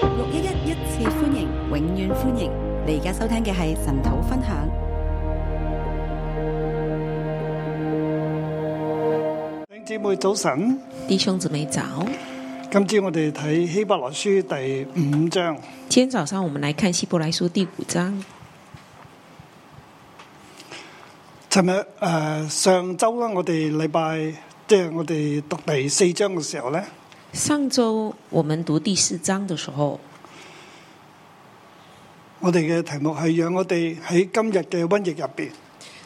六一一一次歡迎，永遠歡迎！你而家收聽嘅係神土分享。弟兄姊妹早晨，弟兄姊妹早，今朝我哋睇希伯來書第五章，今天早上我们来看希伯来书第五章。尋日诶、呃上周啦，我哋禮拜即係我哋讀第四章嘅時候咧，上周我们读第四章的时候，我哋嘅題目係讓我哋喺今日嘅瘟疫入邊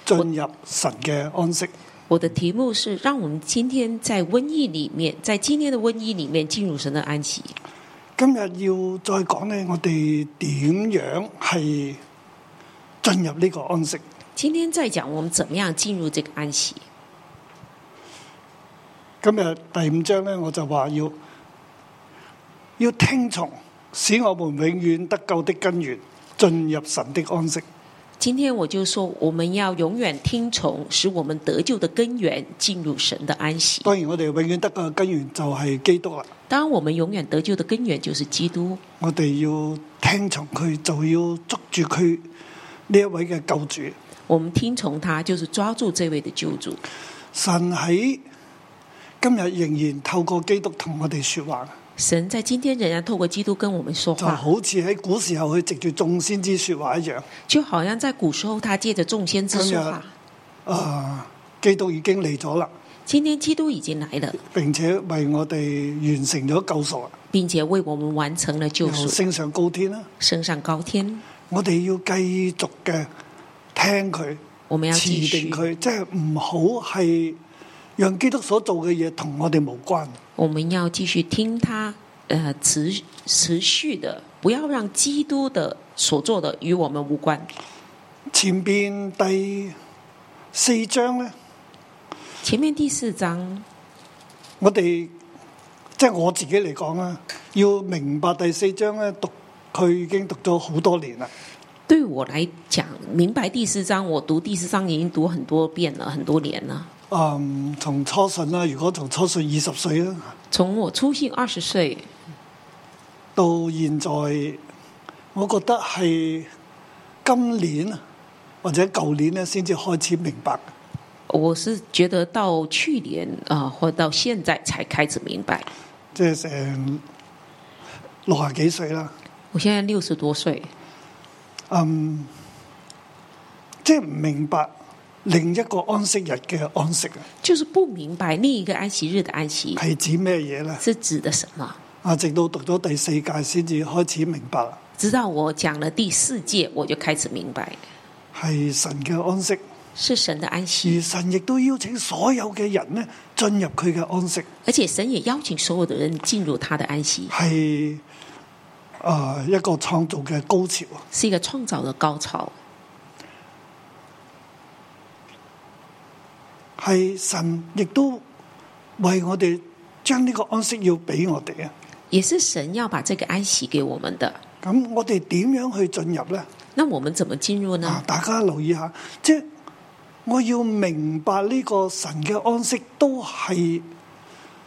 進入神嘅安息。我的题目是让我们今天在瘟疫里面，在今天的瘟疫里面进入神的安息。今日要再講咧，我哋點樣係進入呢個安息？今天再讲我们怎么样进入这个安息。今日第五章咧，我就話要要聽從，使我們永遠得救的根源，進入神的安息。今天我就说，我们要永远听从，使我们得救的根源进入神的安息。當然，我哋永遠得救嘅根源就係基督啦。当然，我们永远得救的根源就是基督。我哋要聽從佢，就要捉住佢呢一位嘅救主。我们听从他，就是抓住这位的救主。神喺今日仍然透過基督同我哋说話，神在今天仍然透过基督跟我们说就话。好似喺古時候佢藉住眾先知说話一樣。就好像在古时候，他借着众先知说当然话。啊，基督已經嚟咗啦，今天基督已经来了，並且為我哋完成咗救赎啦。并且为我们完成了救又赎，升上高天啦。升上高天。我哋要繼續嘅聽佢，我们要持继续定，佢，即係唔好係讓基督所做嘅嘢同我哋無關。我们要继续听他，呃，持持续的，不要让基督的所做的与我们无关。前邊第四章咧，前面第四章，我哋即係我自己嚟講啊，要明白第四章咧，讀佢已經讀咗好多年啦。对我来讲，明白第四章，我读第四章已经读很多遍了，很多年了。嗯，從初信啦，如果從初信二十歲啦，从我初信二十岁到現在，我覺得係今年啊或者舊年咧，先至開始明白。我是觉得到去年啊、呃或到现在才开始明白。即係成六十幾歲啦，我现在六十多岁，即係唔明白另一個安息日嘅安息啊，就是不明白另一个安息日的安息係指咩嘢咧？是指的什么。啊，直到讀咗第四屆先至開始明白啦，直到我讲了第四届，我就开始明白，係神嘅安息，是神的安而息，神亦都邀請所有嘅人咧進入佢嘅安息，而且神也邀请所有的人进入他的安息，係啊、一個創造嘅高潮啊。是一个创造的高潮，係神亦都為我哋將呢個安息要俾我哋啊。也是神要把这个安息给我们的。咁我哋點樣去進入咧？那我们怎么进入啊呢！？大家留意下，即係我要明白呢個神嘅安息都係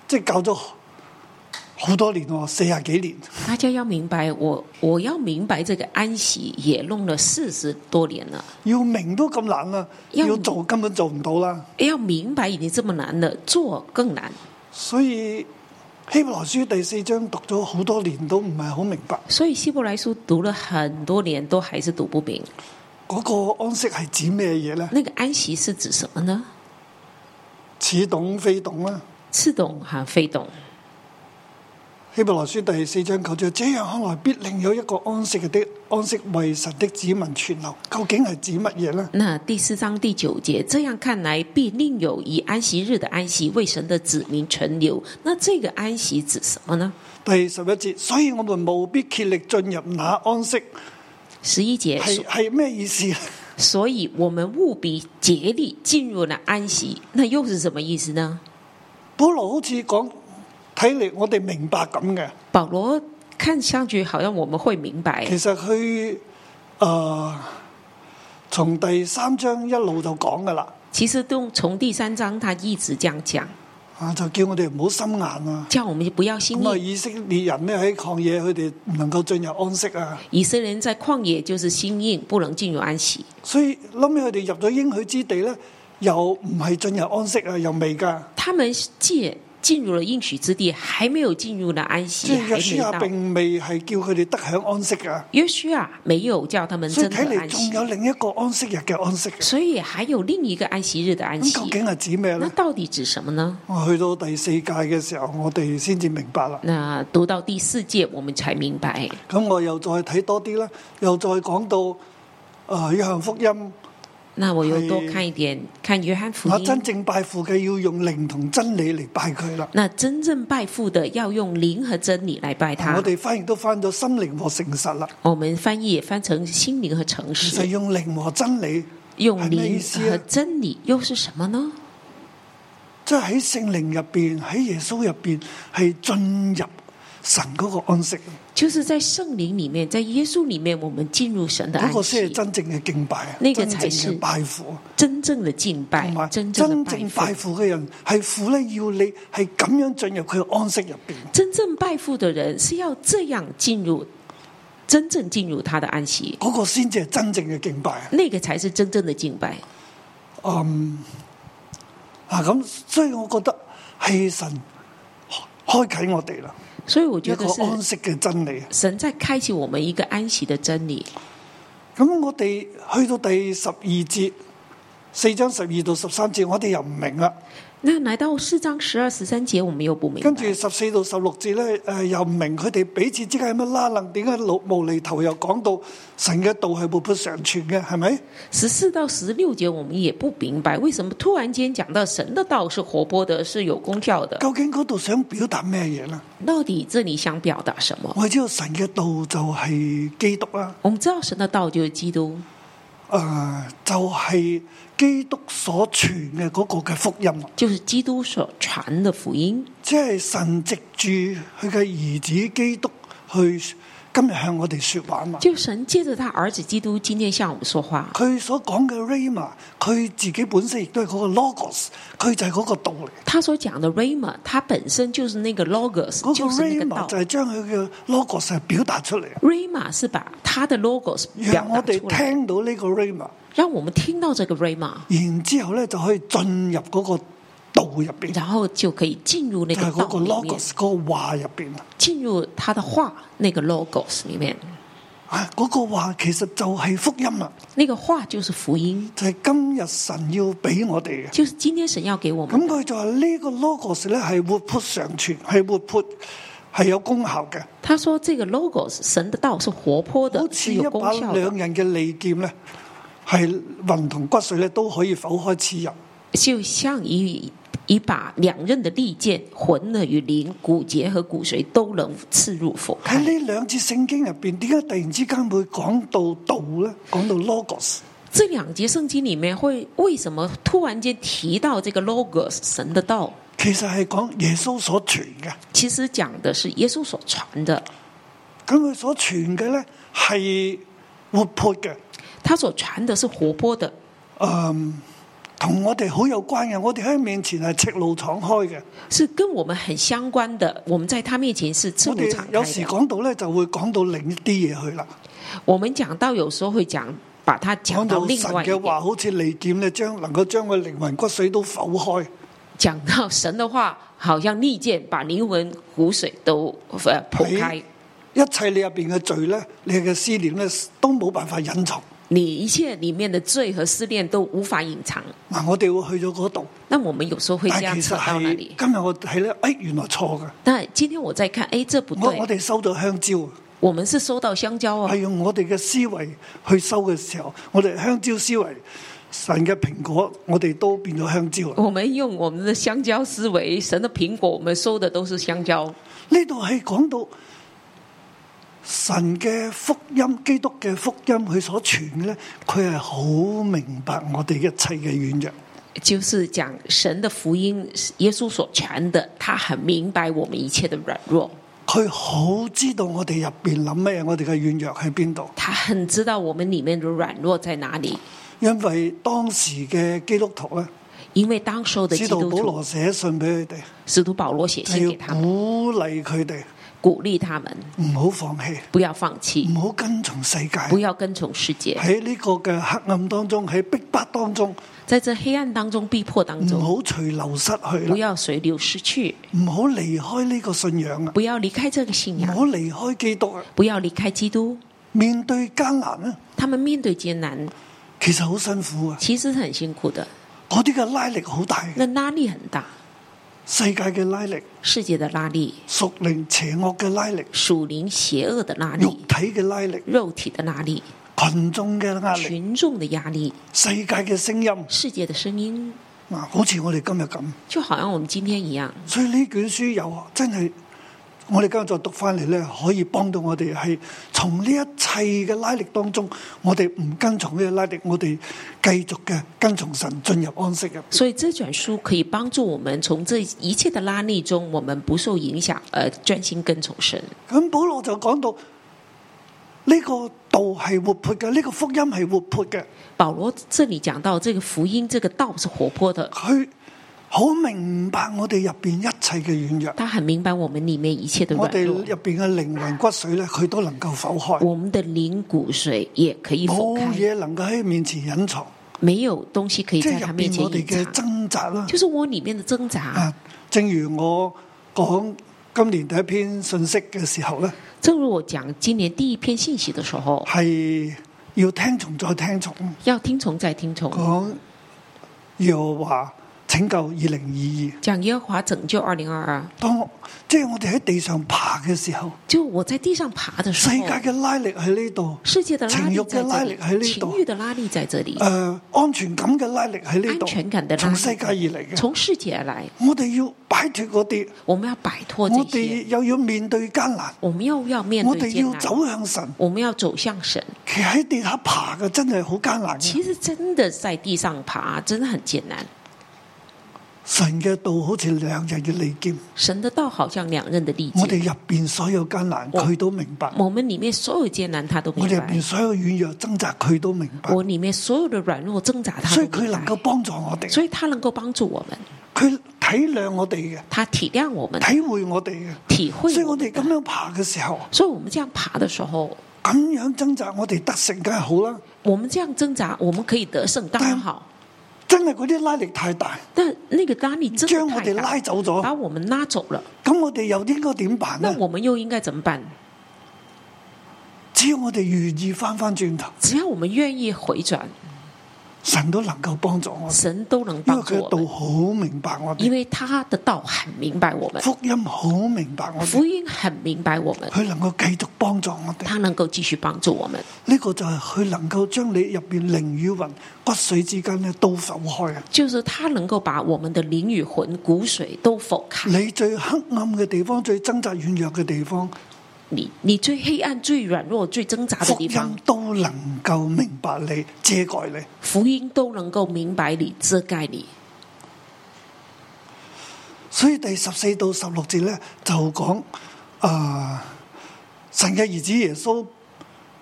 即係教咗好多年喎，四十幾年。大家要明白，我我要明白这个安息也弄了四十多年了，要明都咁難啦，要要做根本做唔到啦。要明白已经这么难了，做更难。所以希伯來書第四章讀咗好多年都唔係好明白所以希伯来书读了很多年，都还是读不明。嗰、個安息係指咩嘢咧？那个安息是指什么呢？似懂非懂啦。似懂还非懂。希伯來書第四章九節，這樣看來必另有一個安息的安息為神的子民存留。究竟係指乜嘢呢？那第四章第九节，这样看来，必另有以安息日的安息为神的子民存留。那这个安息指什么呢？第十一節，所以我們務必竭力進入那安息，十一节，係所係咩意思？所以我们务必竭力进入了安息。那又是什么意思呢？保羅好似講，睇嚟我哋明白咁嘅，保罗看上去好像我们会明白其，實佢呃誒從第三章一路就講噶啦，其实都从第三章他一直这样讲。啊、啊，就叫我哋唔好心硬啊。叫我们不要心咁啊，硬。以色列人咧喺曠野，佢哋唔能夠進入安息啊。以色列人在旷野就是心硬，不能进入安息。所以諗起佢哋入咗應許之地咧，又唔係進入安息啊，又未㗎。他们借进入了应许之地，还没有进入了安息，即係还約没書到亞。並未係叫佢哋得享安息啊。约书亚没有叫他们所以真的睇嚟安仲息，有另一個安息日嘅安息嘅。所以还有另一个安息日的安咁息究。竟係指咩那咧？到底指什么呢？我去到第四屆嘅時候，我哋先至明白啦。那读到第四届，我们才明白。咁我又再睇多啲啦，又再講到誒約翰福音，那我又多哎看一点，看约翰福我音。真正拜父嘅要用靈同真理嚟拜佢啦。那真正拜父的，要用灵和真理来拜啊他我。哋翻譯都翻咗心靈和誠實啦，我们翻译也翻成心灵和诚其實实，用靈和真理，用係咩灵意思啊和真理又是什么呢？即係喺聖靈入邊，喺耶穌入邊係進入神嗰個安息，就是在圣灵里面，在耶稣里面，我们进入神的嗰、安個先息係，真正嘅敬拜啊，呢個真正才是嘅拜父。真正的敬拜同埋，真真正正的拜父拜。父嘅人係父咧，要你係咁樣進入佢嘅安息入邊。真正拜父的人是要这样进入，真正进入他的安息，嗰、個先至係真正嘅敬拜啊！那个才是真正的敬拜。啊咁，所以我覺得係神開啟我哋啦，所以我一觉個得是安息嘅真理。啊神在开启我们一个安息的真理。咁我哋去到第十二節，四章十二到十三節，我哋又唔明啦。那来到四章十二、十三节，我们又不明跟住白。十四到十六節咧，誒、又唔明佢哋彼此之間有乜拉楞？點解老無厘頭又講到神嘅道係活潑常存嘅？係咪？十四到十六节，我们也不明白为什么突然间讲到神的道是活泼的，是有功效的。究竟嗰度想表達咩嘢咧？到底这里想表达什么？我知道神嘅道就係基督啦，我们知道神的道就是基督，誒、就係、基督所傳嘅嗰個嘅福音，就是基督所传的福音，即係神藉住佢嘅兒子基督去今日向我哋説話嘛。就神借着他儿子基督今天向我们说话。佢所講嘅 rama，佢自己本身亦都係嗰個 logos，佢就係嗰個道嚟。他所讲的 rama，它本身就是那个 logos，嗰、就是個那个 rama 道就。係將佢嘅 logos 係表達出嚟， rama 是把他的 logos 表讓达我哋出来，聽到呢個 rama，让我们听到这个 rama，然之後咧就可以進入嗰個道入邊，就然后就可以進入那係个嗰道個里面， logos 嗰個話入邊。进入他的话那个 logos 里面，啊！嗰、個話其實就係福音啦，那个话就是福音，就係、今日神要俾我哋嘅。就是今天神要给我咁们的。佢就話呢個 logos 咧係活潑常存，係活潑係有功效嘅，他说这个 logos 神的道是活泼的好，是似一有功把效的兩，刃嘅利劍咧，係雲同骨髓咧都可以剖開刺入。就像一一把两刃的利剑，魂了与灵、骨节和骨髓都能刺入否喺开。呢兩節聖經入邊，點解突然之間會講到道咧？講到 logos，这两节圣经里面会为什么突然间提到这个 logos 神的道？其實係講耶穌所傳嘅。其实讲的是耶稣所传的，咁佢所傳嘅咧係活潑嘅。他所传的是活泼的，同我哋好有關嘅，我哋喺佢面前係赤露敞開嘅。是跟我们很相关的。我们在他面前是赤我裸敞哋开有時的。講到咧，就會講到另一啲嘢去啦。我们讲到有時候會講，把它講講到到另神外一嘅點，話，好似利劍咧，將能夠將佢靈魂骨髓都剖開。講到神的話，好像利劍把靈魂骨髓都呃剖開你。一切你入边嘅罪咧，你嘅思念咧，都冇辦法隱藏。你一切里面的罪和思念都無法隱藏。嗱，我哋會去咗嗰度，那我們有時候會這但係樣哎其扯實到那係裡。今日我睇咧，哎，原來錯嘅。但今天我在看，哎，這不我我哎對，哋收到香蕉，我們是收到香蕉哦係，用我哋嘅思維去收嘅時候，我哋香蕉思維，神嘅蘋果，我哋都變咗香蕉啦。我們用我們的香蕉思維，神的蘋果，我們收的都是香蕉。呢度係講到神嘅福音，基督嘅福音，佢所傳嘅咧，佢係好明白我哋一切嘅軟弱。就是讲神的福音，耶穌所傳的，他很明白我們一切的软弱，佢好知道我哋入邊諗咩，我哋嘅軟弱喺邊度。他很知道我們裡面的软弱在哪裡。因為當時嘅基督徒咧，因为当时候的基使徒督保哎徒，羅寫信俾佢哋，使徒保罗写信係给他要们，鼓勵佢哋鼓励他们唔好放棄，不要放弃，唔好跟從世界。不要跟从世界，喺呢個嘅黑暗當中，喺逼迫當中，在这黑暗当中、逼迫当唔中，嗯好隨流失去不啦，要随流失去，唔好離開呢個信仰啊，不要离开这个信唔仰好，離開基督啊。不要离开基督。面對艱難咧，他们面对艰难，其實好辛苦啊，其实是很辛苦的，嗰啲嘅拉力好大嘅，那拉力很大，世界嘅拉力、世界的拉力、屬靈邪惡嘅拉力、属灵邪恶的拉肉力、體嘅拉力、肉体的拉力、群眾嘅壓力、群众的压力、世界嘅聲音，世界的声音，嗱，好似我哋今日咁。就好像我们今天一样。所以呢卷書有真係，我哋今日再讀翻嚟咧，可以幫到我哋係從呢一切嘅拉力當中，我哋唔跟從呢個拉力，我哋繼續嘅跟從神進入安息嘅。所以这卷书可以帮助我们从这一切的拉力中，我们不受影响，呃，专心跟从神。咁保羅就講到呢、個道係活潑嘅，呢、個福音係活潑嘅，保罗这里讲到这个福音，这个道是活泼的，佢好明白我哋入邊一切嘅軟弱，他很明白我们里面一切的我软哋入弱，邊嘅靈魂骨髓咧，佢都能夠剖開，我们的灵骨髓也可以冇剖开，嘢能夠喺面前隱藏，没有东西可以即在係他入面邊前我哋隐嘅藏，掙扎啦。就是我里面的挣扎。啊， 正如我講今年第一篇信息嘅時候咧，正如我讲今年第一篇信息的时候，係要聽從再聽從，要听从再听从，講耶和華拯救二零二讲耶和华拯救二零二二。二。當即係我哋喺地上爬嘅時候，就我在地上爬的世时候界，嘅拉力喺呢度，世界的拉力情在欲的拉这力喺里，呢度啊情欲的拉力在这里诶、，呃安全感嘅拉力喺呢安全感度，的拉從力世界而嚟嘅。从世界而来，我哋要擺脱嗰啲，我们要摆脱这我些哋，又要面對艱難，我们又要面我对哋艰要难，走向神。我们要走向神。其實喺地下爬嘅真係好艱難嘅。其实真的在地上爬真的很艰难，神嘅道好似兩刃嘅利劍，神的道好像两刃的利我哋剑，入邊所有艱難我佢都明白，我们里面所有艰难他都我明哋入白邊，所有軟弱掙扎佢都明白，我里面所有的软弱挣扎他所都以佢明能夠白，幫助我哋，所以他能够帮助我们，佢體諒我哋他体谅我们嘅，，體會我哋嘅，体嗯会所以我我们哋咁的。樣爬嘅時候，所以我们这样爬的时候，咁樣掙扎，我哋得勝梗係好啦。我们这样挣扎，我们可以得胜，当然好。真係嗰啲拉力太大，但那个拉力真將的我太哋大拉，走咗，把我们拉走了。咁我哋又應該點辦那呢？我们又應該怎麼辦？只要我哋願意翻翻轉頭，只要我們願意回轉，神都能夠幫助我哋，神都能因為幫佢助嘅我道們，好明白我因哋，為他的道很明白我們，福音好明白我哋。福音很明白我們，佢能夠繼續幫助我哋，呢、他能夠繼續幫助我們。個就係佢能夠將你入邊靈與魂骨髓之間咧都剖開啊！就是他能夠把我們的靈與魂、骨髓都剖開。你最黑暗嘅地方、最掙扎軟弱嘅地方，你你最黑暗、最軟弱、最掙扎的福地方音，都能夠明白你、遮蓋你。福音都能夠明白你、遮蓋你。所以第十四到十六節咧就講啊、神嘅兒子耶穌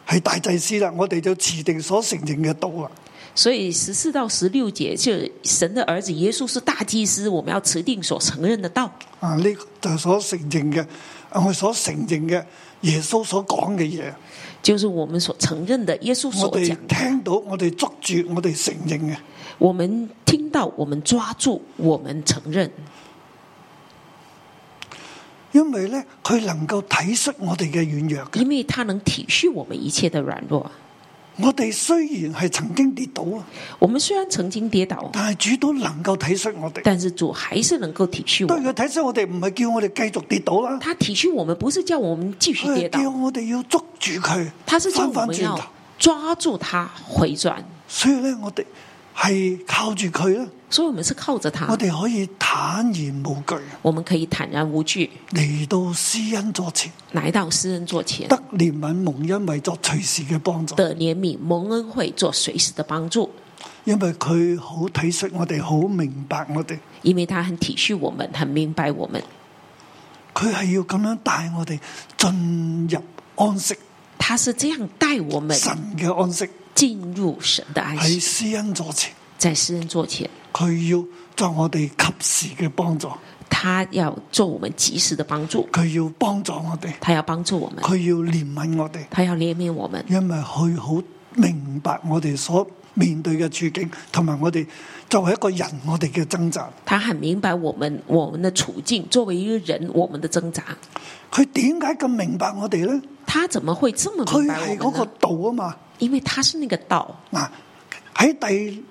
係大祭司啦，我哋就持定所承認嘅道啦。所以十四到十六節，就神的兒子耶穌是大祭司，我們要持定所承認的道。啊，呢、個就係所承認嘅，啊我所承認嘅耶穌所講嘅嘢。就是我们所承认的耶稣所我哋讲的，聽到，我哋捉住，我哋承認嘅，我们听到，我们抓住，我们承认，因為咧佢能夠體恤我哋嘅軟弱嘅。因为他能体恤我们一切的软弱。我哋雖然係曾經跌倒啊，我们虽然曾经跌倒，但係主都能夠體恤我哋。但是主还是能够体恤我當们。佢體恤我哋，唔係叫我哋繼續跌倒啦，他体恤我们，不是叫我们继续佢跌係叫倒，哎我哋要捉住佢，他是叫翻我翻们轉要頭。抓住他回转。所以咧，我哋係靠住佢啦，所以我们是靠着我他，哋可以坦然無懼我们可以坦然无惧嚟到施恩座前，来到施恩座前，得憐憫蒙恩為作隨時嘅幫助，的怜悯蒙恩惠做随时的帮助，因為佢好體恤我哋，好明白我哋。因为他很体恤我们，很明白我们。佢係要咁樣帶我哋進入安息，他是这样带我们神嘅安息进入神的安喺息，哎施恩座前，在诗人座前，佢要作我哋及時嘅幫助，他要做我们及时的帮助，佢要幫助我哋，他要帮助我们，佢要憐憫我哋，他要怜悯我们，因為佢好明白我哋所面對嘅處境，同埋我哋作為一個人我哋嘅掙扎。他很明白我们我们的处境，作为一个人我们的挣扎，佢點解咁明白我哋呢？他怎么会这么佢明白係我嗰们個呢？道啊嘛。因为他是那个道。嗱，喺第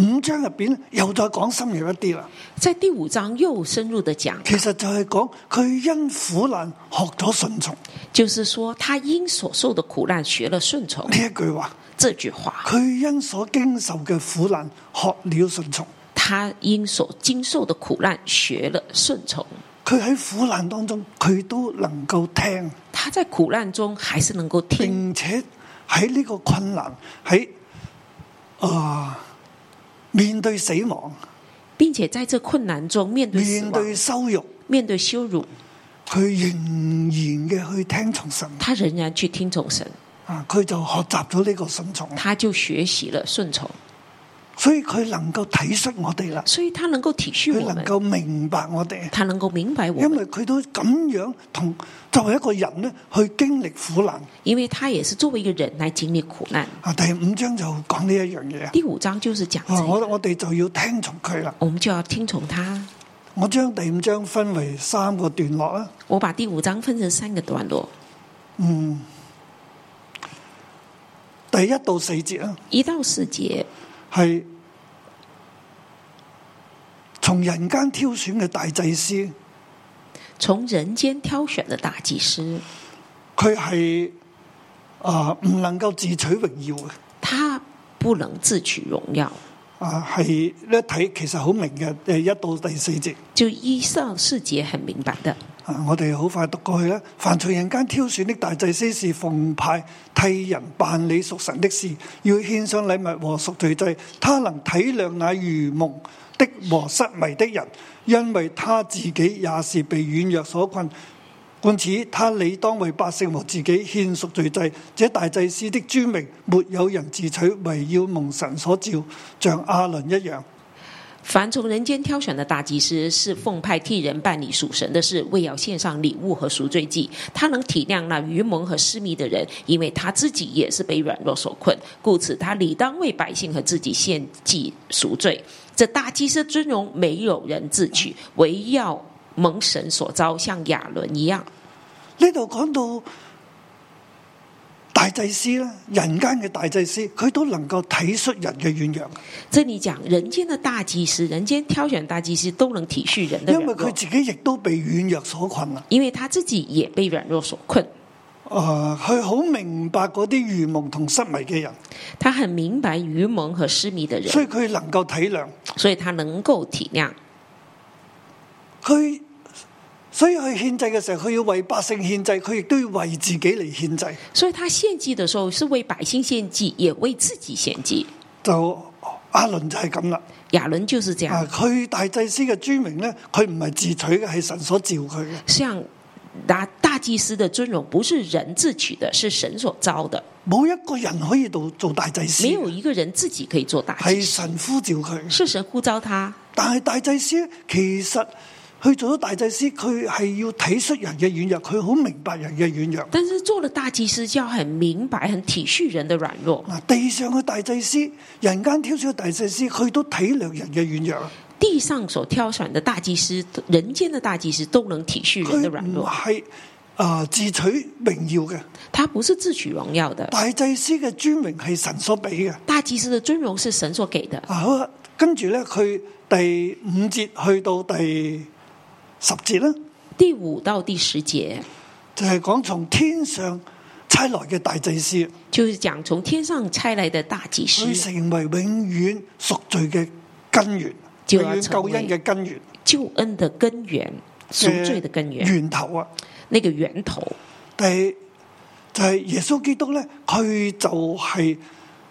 五章入邊又再講深入一啲啦。在第五章又深入的讲，其實就係講佢因苦難學咗順從呢就是说他因所受的苦难学了顺从一句話，这句话，佢因所經受嘅苦難學了順從。他因所经受的苦难学了顺从。佢喺苦難當中，佢都能夠聽，他在苦难中还是能够听，並且喺呢個困難喺啊、面對死亡、并且在这困难中面对死面亡、對羞辱，面对羞辱，佢仍然嘅去聽從神他仍然去听从神，啊！佢就學習咗呢個順從，他就学习了顺从，所以佢能夠體恤我哋啦，所以他能够体恤佢我能们，夠明白我哋。他能够明白我因们，為佢都咁樣同作為一個人咧，去經歷苦難因为他也是作为一个人来经历苦难。啊。第五章就講呢一樣嘢，第五章就是讲这啊我个，我哋就要聽從佢啦。我们就要听从他。我將第五章分為三個段落啦。我把第五章分成三个段落，第一到四節啦，一到四节係從人間挑選嘅大祭司，从人间挑选的大祭司，佢係啊唔能夠自取榮耀嘅他不能自取荣耀。啊，係一睇其實好明嘅。誒一到第四節。就一到四节很明白的。啊！我哋好快讀過去啦。凡從人間挑選的大祭司是奉派替人辦理屬神的事，要獻上禮物和贖罪祭。他能體諒那愚蒙的和失迷的人，因為他自己也是被軟弱所困。故此，他理當為百姓和自己獻贖罪祭。這大祭司的尊名，沒有人自取，唯要蒙神所召，像亞倫一樣。凡从人间挑选的大祭司，是奉派替人办理属神的事，为要献上礼物和赎罪祭。他能体谅那愚蒙和失迷的人，因为他自己也是被软弱所困，故此他理当为百姓和自己献祭赎罪。这大祭司尊荣没有人自取，唯要蒙神所召，像亚伦一样。呢度講到大祭司咧，人間嘅大祭司，佢都能夠體恤人嘅軟弱，这里讲人间的大祭司，人间挑选大祭司都能体恤人的因软為佢弱，自己亦都被軟弱所困啊啦。因为他自己也被软弱所困。诶、呃佢好明白嗰啲愚蒙同失迷嘅人，他很明白愚蒙和失迷的人，所以佢能夠體諒所以他能够体谅。佢。所以佢獻祭嘅時候，佢要為百姓獻祭，佢亦都要為自己嚟獻祭，所以他献祭的时候是为百姓献祭，也为自己献祭。就阿倫就係咁啦。亚伦就是这啊，样，佢大祭司嘅尊名咧，佢唔係自取嘅，係神所召佢嘅。像大大祭司的尊荣不是人自取的，是神所招的。冇一個人可以做做大祭司没，有一个人自己可以做大祭係司，神呼召佢。是神呼召他。但係大祭司其實去做咗大祭司，佢係要體恤人嘅軟弱，佢好明白人嘅軟弱。但是做了大祭司，就要很明白、很体恤人的软弱。嗱，地上嘅大祭司，人間挑選嘅大祭司，佢都體諒人嘅軟弱，地上所挑选的大祭司，人间的大祭司都能体恤人佢的软唔弱。係啊自取榮耀嘅。他不是自取荣耀的，大祭司嘅尊榮係神所俾嘅。大祭司的尊荣是神所给的。啊，好啊跟住咧，佢第五節去到第十節啦，第五到第十节就係講從天上差來嘅大祭司，就是讲从天上差来的大祭佢司成為永遠贖罪嘅根源，就永要遠救成為恩嘅根源。救恩的根源、赎罪的根源、源頭啊。那个源头。第就係耶穌基督咧，佢就係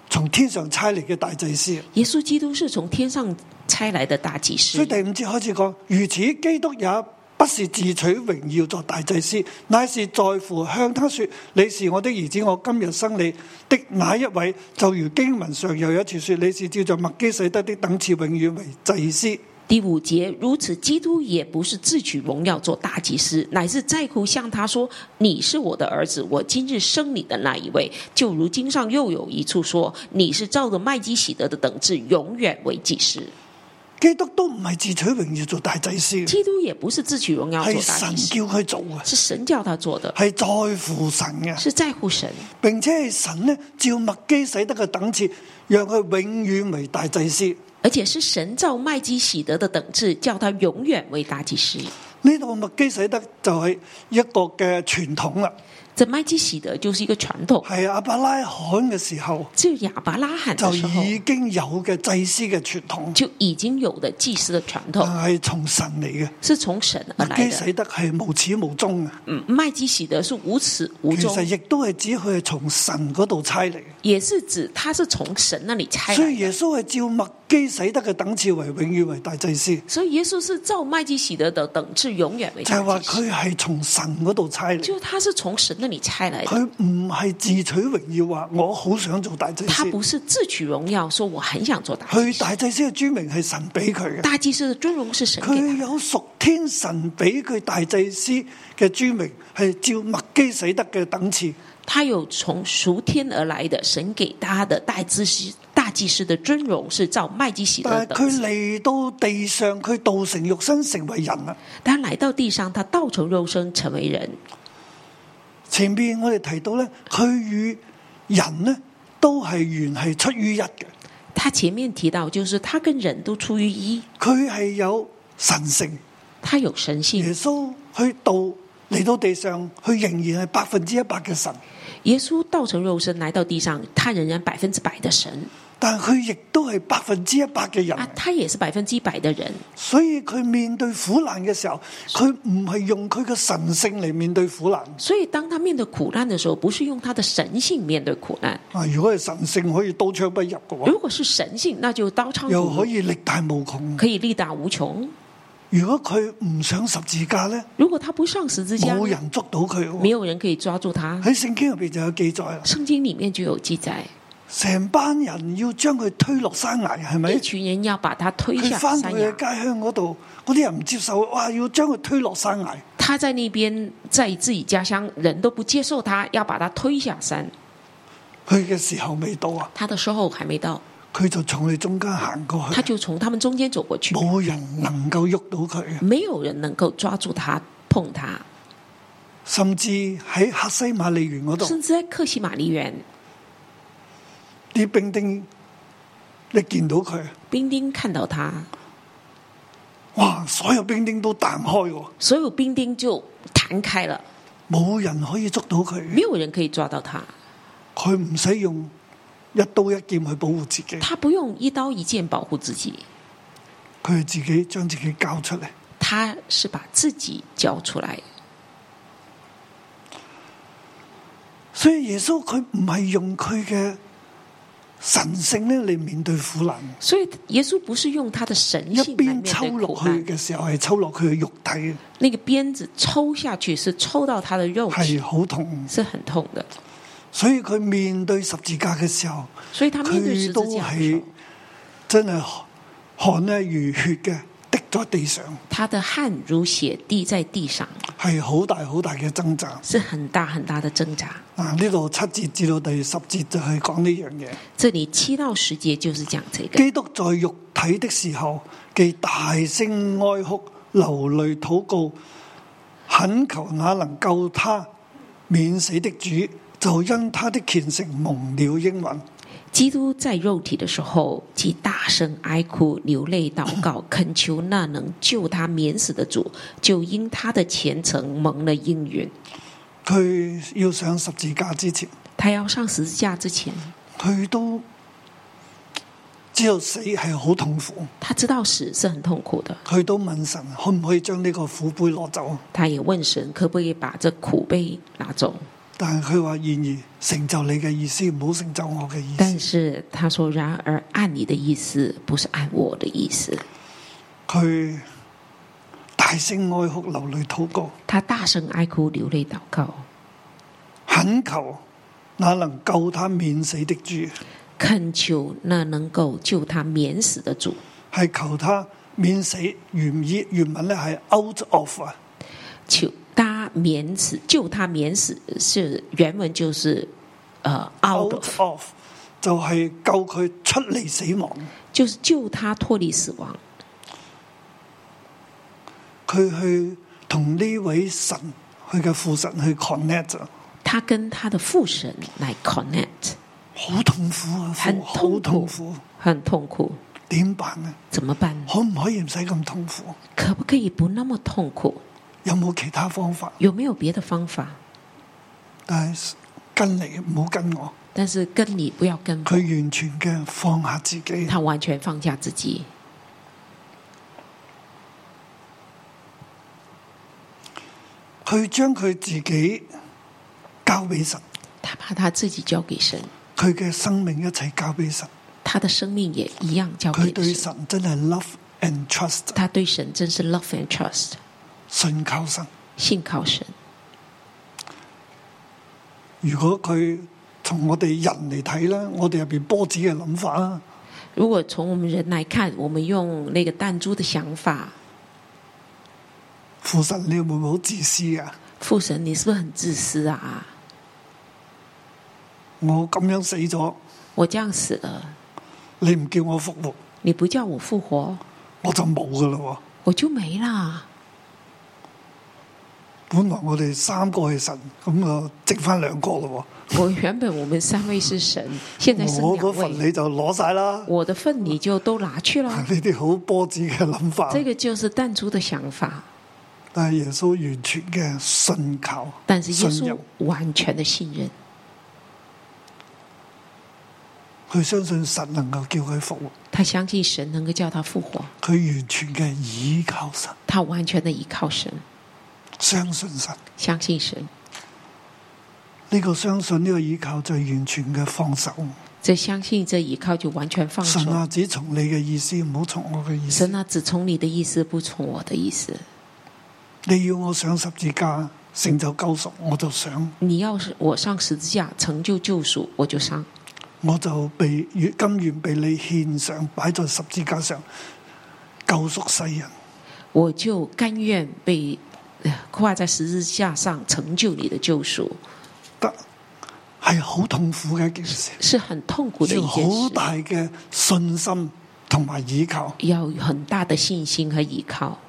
從天上差嚟嘅大祭司。耶稣基督是从天上差来的大祭所以，司第五節開始講，如此基督也不是自取荣耀作大祭司，乃是在乎向他说：你是我的儿子，我今日生你的那一位。就如经文上又有一次说：你是照着麦基洗德的等次，永远为祭司。第五节，如此基督也不是自取荣耀做大祭司，乃是在乎向他说：“你是我的儿子，我今日生你的那一位。”就如经上又有一处说：“你是照着麦基喜德的等次，永远为祭司。基督都唔系自取荣耀做大祭司”嘅，基督也不是自取荣耀做系大哎神祭司，叫哎佢做嘅，是神叫他做的，系在乎神嘅。是在乎神，并且係神呢，照麥基洗德嘅等次，讓佢永遠為大祭司。而且是神照麦基喜德的等次，叫他永远为大祭司。呢度麥基洗德就係一個嘅傳統啦，这麦基喜德就是一个传统，係亞伯拉罕嘅時候只有亚伯拉罕的就时候已經有嘅祭司嘅傳統，就已经有的祭司的传统但，係從神嚟嘅。是从神而麥来基的。洗德係無始無終嘅，嗯，麦基喜德是无始无其终實，亦都係指佢係從神嗰度差嚟嘅。也是指他是从神那里差所来以的。耶穌係照麥基洗德嘅等次為永遠為大祭司，所以耶稣是照麦基喜德的等至永远为就係大話祭司，佢係從神嗰度差嚟。就他是从神那里差来的。佢唔係自取榮耀，話我好想做大祭他司。不是自取荣耀，说我很想做大祭佢司。大祭司嘅尊名係神俾佢嘅，大祭司的尊荣是神给佢他的，有屬天神俾佢大祭司嘅尊名係照麥基洗德嘅等次，他有从属天而来的神给他的大祭司。大祭司的尊荣是照麦基喜德但的係佢等。嚟到地上，佢道成肉身成為人啊啦。他来到地上，他道成肉身成为人。前面我哋提到咧，佢與人呢都係原係出於一嘅，他前面提到，就是他跟人都出于一，佢係有神性。他有神性耶。穌去道嚟到地上，佢仍然係百分之一百嘅神，耶稣道成肉身来到地上，他仍然百分之百的神但係佢亦都係百分之一百嘅人。啊，他也是百分之百的人，所以佢面對苦難嘅時候，佢唔係用佢嘅神性嚟面對苦難。所以当他面对苦难的时候，不是用他的神性面对苦难。啊，如果係神性可以刀槍不入嘅話，如果是神性，那就刀枪又可以以力大無窮。可以力大无穷。如果佢唔上十字架呢，如果他不上十字架，冇人捉到佢喎。没有人可以抓住他。喺聖經入边就有記載啦，圣经里面就有记载，成班人要將佢推落山崖，係咪一？群人要把他推佢下翻山佢嘅崖，家鄉嗰度，嗰啲人唔接受，哇！要將佢推落山崖。他在那边在自己家乡，人都不接受他，要把他推下山。佢嘅時候未到啊，他的时候还没到，佢就從佢中間行過他去，就从他们中间走过去。冇人能夠喐到佢嘅。没有人能够抓住他、碰他，甚至喺黑西馬利園嗰度，甚至在克西玛丽园，啲兵丁你見到佢，兵丁看到他，哇！所有兵丁都彈開喎，所有兵丁就弹开了，冇人可以捉到佢，没有人可以抓到他。佢唔使用一刀一劍去保護自己，他不用一刀一剑保护自己，佢係自己將自己交出嚟。他是把自己交出来。所以耶穌佢唔係用佢嘅神性咧嚟面對苦難，所以耶稣不是用他的神一性来面邊抽对落苦去难，嘅時候係抽落佢嘅肉體嘅，那个鞭子抽下去是抽到他的肉体，係好痛。是很痛的。所以佢面對十字架嘅時候，所以他面对十佢都字架的时候係，真係汗咧如血嘅滴咗地上，他的汗如血滴在地上，係好大好大嘅掙扎。是很大很大的挣扎。嗱，呢度七節至到第十節就係講呢樣嘢。这里七到十节就是讲这个。基督在肉體的時候，既大聲哀哭、流淚禱告，懇求那能救他免死的主，就因他的虔誠蒙了應允。基督在肉体的时候，即大声哀哭、流泪祷告，恳求那能救他免死的主，就因他的虔诚蒙了应允。佢要上十字架之前，他要上十字架之前，佢都知道死係好痛苦。他知道死是很痛苦的，佢都問神可唔可以將呢個苦杯攞走，他也问神可不可以把这苦杯拿走，但係佢話：然而成就你嘅意思，唔好成就我嘅意但思。是他说：“然而按你的意思，不是按我的意思。佢大大聲哀哭、流淚禱告，他大声哀哭，流泪祷告，懇求那能救他免死的主，恳求那能够救他免死的主，係求他免死。原意原文咧係 out of 啊，求他免死，救他免死是原文就是呃 out out of， of 就係救佢出嚟死亡，就是救他脱离死亡。佢去同呢位神，佢嘅父神去 connect 啊他跟他的父神来 connect，好痛苦啊，很好痛痛苦苦，，很痛苦，點辦啊？怎么办？可唔可以唔使咁痛苦？可不可以不那么痛苦？有冇其他方法？有没有别的方法？但係跟你唔好跟我，但是跟你不要跟佢完全嘅放下自己。他完全放下自己。佢將佢自己交俾神，他把他自己交给神，佢嘅生命一切交俾神。他的生命也一样交佢给對神。神真係 love and trust，他对神真是 love and trust，信靠神。信靠神。如果佢從我哋人嚟睇啦，我哋入边波子嘅諗法啦，如果从我们人来看，我们用那个弹珠的想法，父神你會唔會好自私啊？父神，你是不是很自私啊？我咁樣死咗，我这样死了，你唔叫我復活，你不叫我复活，我就冇噶啦。我就没啦。本來我哋三個係神，咁啊剩翻兩個咯。我原本我们三位是 神，现在剩我嗰两份位，你就攞晒啦。我的份你就都拿去呢 了。啲好波子嘅諗法，这个就是弹珠的想法，但係耶穌完全嘅信靠，但是耶信稣任，完全的信任，佢相信神能夠叫佢復活，他相信神能够叫他复活，佢完全嘅倚靠神，他完全的依靠神，相信神。相信神。呢、個相信呢、個倚靠就係完全嘅放手。这相信这依靠就完全放手神。啊，只從你嘅意思，唔好從我嘅意思神。啊，只从你的意思，不从我的意思。你要我上十字架成就救贖，我就想，你要是我上十字架成就救赎，我就上。我就被甘願被你獻上，擺在十字架上救贖世人。我就甘愿被呃挂在十字架上成就你的救赎，得係好痛苦嘅一件事。是很痛苦的要一件好事，大嘅信心同埋倚靠，要有很大的信心和依靠。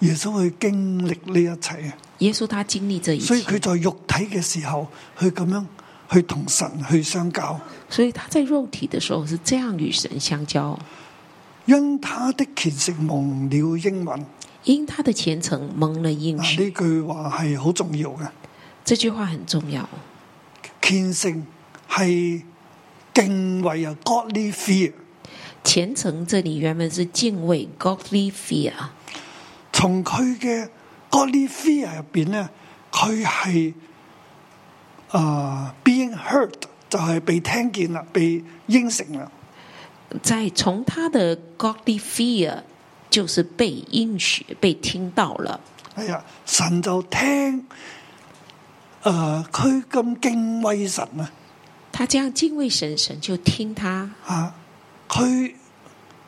耶穌去經歷呢一切，啊耶稣他经历这一所以切佢，在肉體嘅時候，去咁樣去同神去相交。所以他在肉体的时候是这样与神相交，因他的虔誠蒙了英文，因他的虔诚蒙了应嗱许。呢句話係好重要嘅。这句话很重要。虔誠係敬畏啊，godly fear。虔诚这里原本是敬畏 （godly fear），從佢嘅 godly fear 入邊咧，佢係啊 being heard 就係被聽見啦，被應承啦。在从他的 godly fear 就是被应许、被听到了。系啊，神就聽诶，呃佢、咁敬畏神啊，他这样敬畏神，神就听他。啊，佢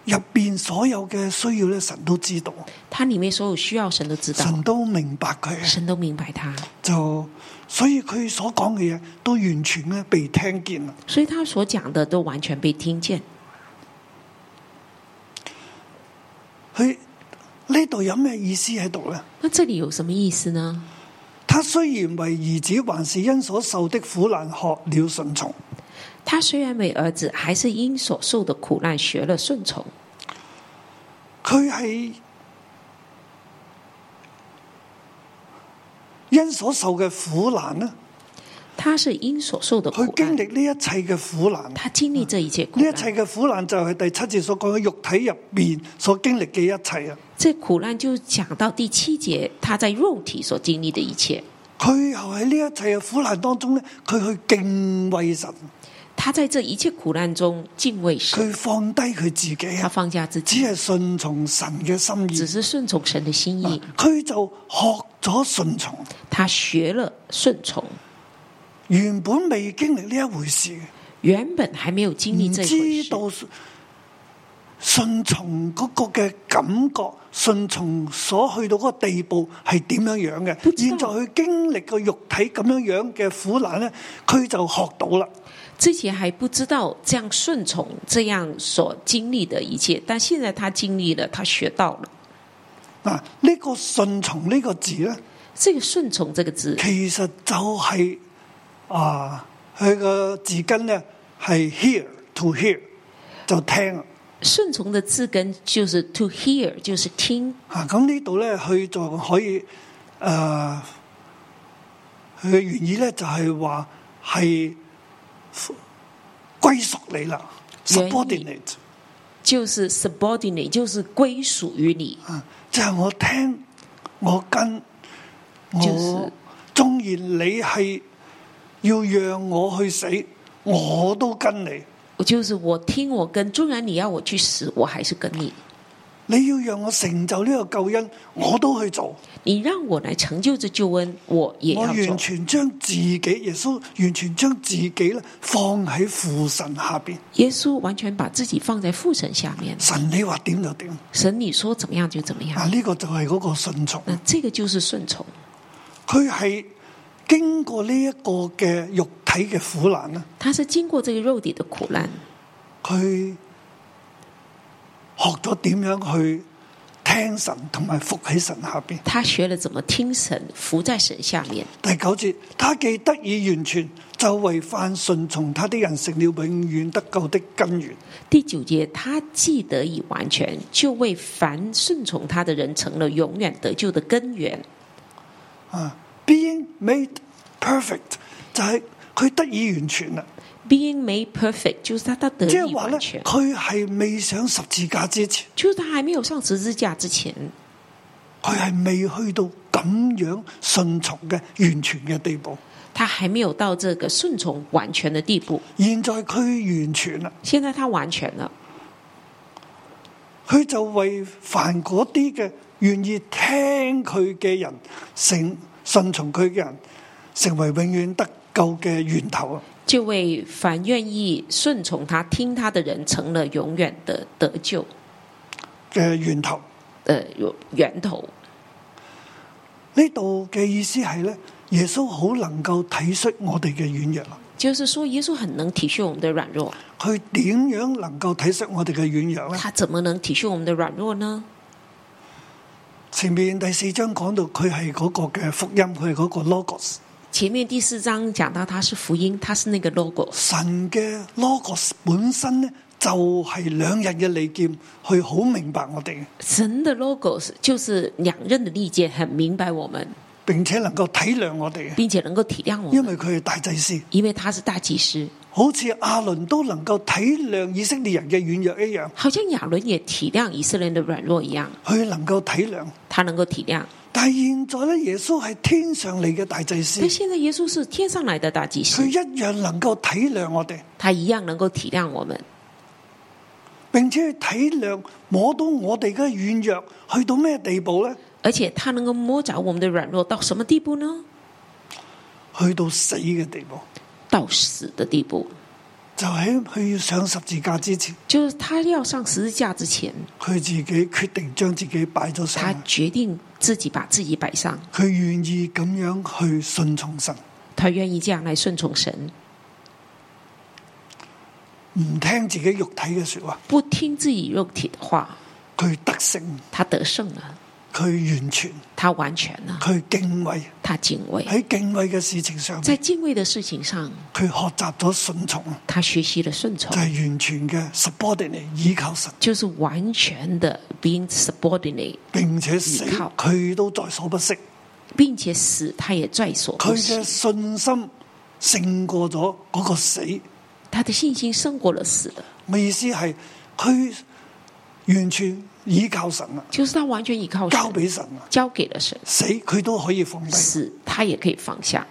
入边所有嘅需要咧，神都知道，他里面所有需要，神都知道，神都明白佢，啊神都明白他，就所以佢所講嘅嘢都完全咧被聽見啦。所以他所讲的都完全被听见。佢呢度有咩意思喺度咧？那这里有什么意思呢？他雖然為兒子，還是因所受的苦難學了順從。他虽然为儿子，还是因所受的苦难学了顺从。佢係因所受嘅苦難咧，他是因所受的苦佢經难，歷呢一切嘅苦難。他经历这一切苦呢一难，切嘅苦難就係第七節所講嘅肉體入面所經歷嘅一切啊！这苦难就讲到第七节，他在肉体所经历的一切。佢又喺呢一切嘅苦難當中咧，佢去敬畏神，他在这一切苦难中敬畏神，佢放低佢自己他啊，放下自只己，係順從神嘅心只意。是顺从神的心意。佢就學咗順從，他学了顺从，原本未經歷呢一回事嘅。原本还没有经历唔这一回知事，道順從嗰個嘅感覺，順從所去到嗰個地步係點樣樣不嘅。知道現在佢經歷個肉體咁樣樣嘅苦難咧，佢就學到啦。之前还不知道这样顺从，这样所经历的一切，但现在他经历了，他学到了。嗱，呢個順從呢個字咧，这个“顺从”这个字，其實就係、啊，佢個字根咧係 hear to hear 就聽顺从的字根就是 to hear，就是听。啊。咁呢度咧，佢就可以誒，呃佢、嘅原意咧就係話係歸屬你啦原意，subordinate 就是 subordinate，就是歸屬於你，啊，就係、我聽我跟就是我，縱然你係要讓我去死，我都跟你。我就是我听我跟，纵然你要我去死，我还是跟你。你要讓我成就呢個救恩，我都去做。你让我来成就这救恩，我也我要完做。全將自己，耶穌完全將自己咧放喺父神下邊。耶稣完全把自己放在父神下面，神你話點就點。神你说怎么样就怎么啊，样。呢、個就係嗰個順從。那这个就是顺从，佢係經過呢一個嘅肉體嘅苦啊難咧，他是经过这个肉体的苦难，佢學咗點樣去聽神同埋服喺神下邊。他学了怎么听神，服在神下面。第九節，他既得以完全，就為犯順從他的人成了永遠得救的根源。第九节，他既得以完全，就为凡顺从他的人成了永远得救的根源。 being made perfect 就係佢得以完全啦， Being made perfect，就是他他得即係以話完咧，全，佢係未上十字架之前，就是他还没有上十字架之前，佢係未去到咁樣順從嘅完全嘅地步。他还没有到这个顺从完全的地步。現在佢完全啦，现在他完全了，佢就為凡嗰啲嘅願意聽佢嘅人，成順從佢嘅人，成為永遠得救嘅源頭啊！就为凡愿意顺从他、听他的人，成了永远的得救嘅源頭。的源头。呢度嘅意思係咧，耶穌好能夠體恤我哋嘅軟弱啦。就是说，耶稣很能体恤我们的软弱，佢點樣能夠體恤我哋嘅軟弱呢？他怎么能体恤我们的软弱呢？前面第四章講到佢係嗰個嘅福音，佢係嗰個 logos，前面第四章讲到他是福音，他是那个 logo，神嘅 logos 本身呢，就係兩日嘅利劍，去好明白我哋，神的 logos 就是两刃的利剑，很明白我们，並且能夠體諒我哋，并且能够体谅我因為们，佢係大祭司，因为他是大祭司，好似阿倫都能夠體諒以色列人嘅軟弱一樣，好像亚伦也体谅以色列人的软弱一样，佢能夠體諒。他能够体谅。但係現在呢，耶穌係天上嚟嘅大祭司但，现在耶稣是天上来的大祭司佢，一樣能夠體諒我哋。他一样能够体谅我们，并且去体谅摸到我哋嘅软弱，去到咩地步呢？而且他能够摸着我们的软弱到什么地步呢？去到死嘅地步，到死的地步，就喺佢要上十字架之前，就是他要上十字架之前，佢自己決定將自己擺咗他上去，决定自己把自己摆上，佢願意咁樣去順從神，他愿意这样来顺从神，唔聽自己肉體嘅说話，不听自己肉体的话，佢得勝，他得胜了，佢完全，他完全了，佢敬畏他敬畏，喺敬畏嘅事情上面，在敬畏的事情上，佢學習咗順從，他学习了顺从就，係完全嘅 subordinate 依靠神，就是完全的 being subordinate，並且死依靠佢都在所不惜。并且死他也在所佢不嘅惜。信心勝過咗嗰個死。他的信心胜过了死的，我意思係佢完全倚靠神啦，就是他完全依靠神，交俾神啊啦，交给了神，死佢都可以放低。死他也可以放下。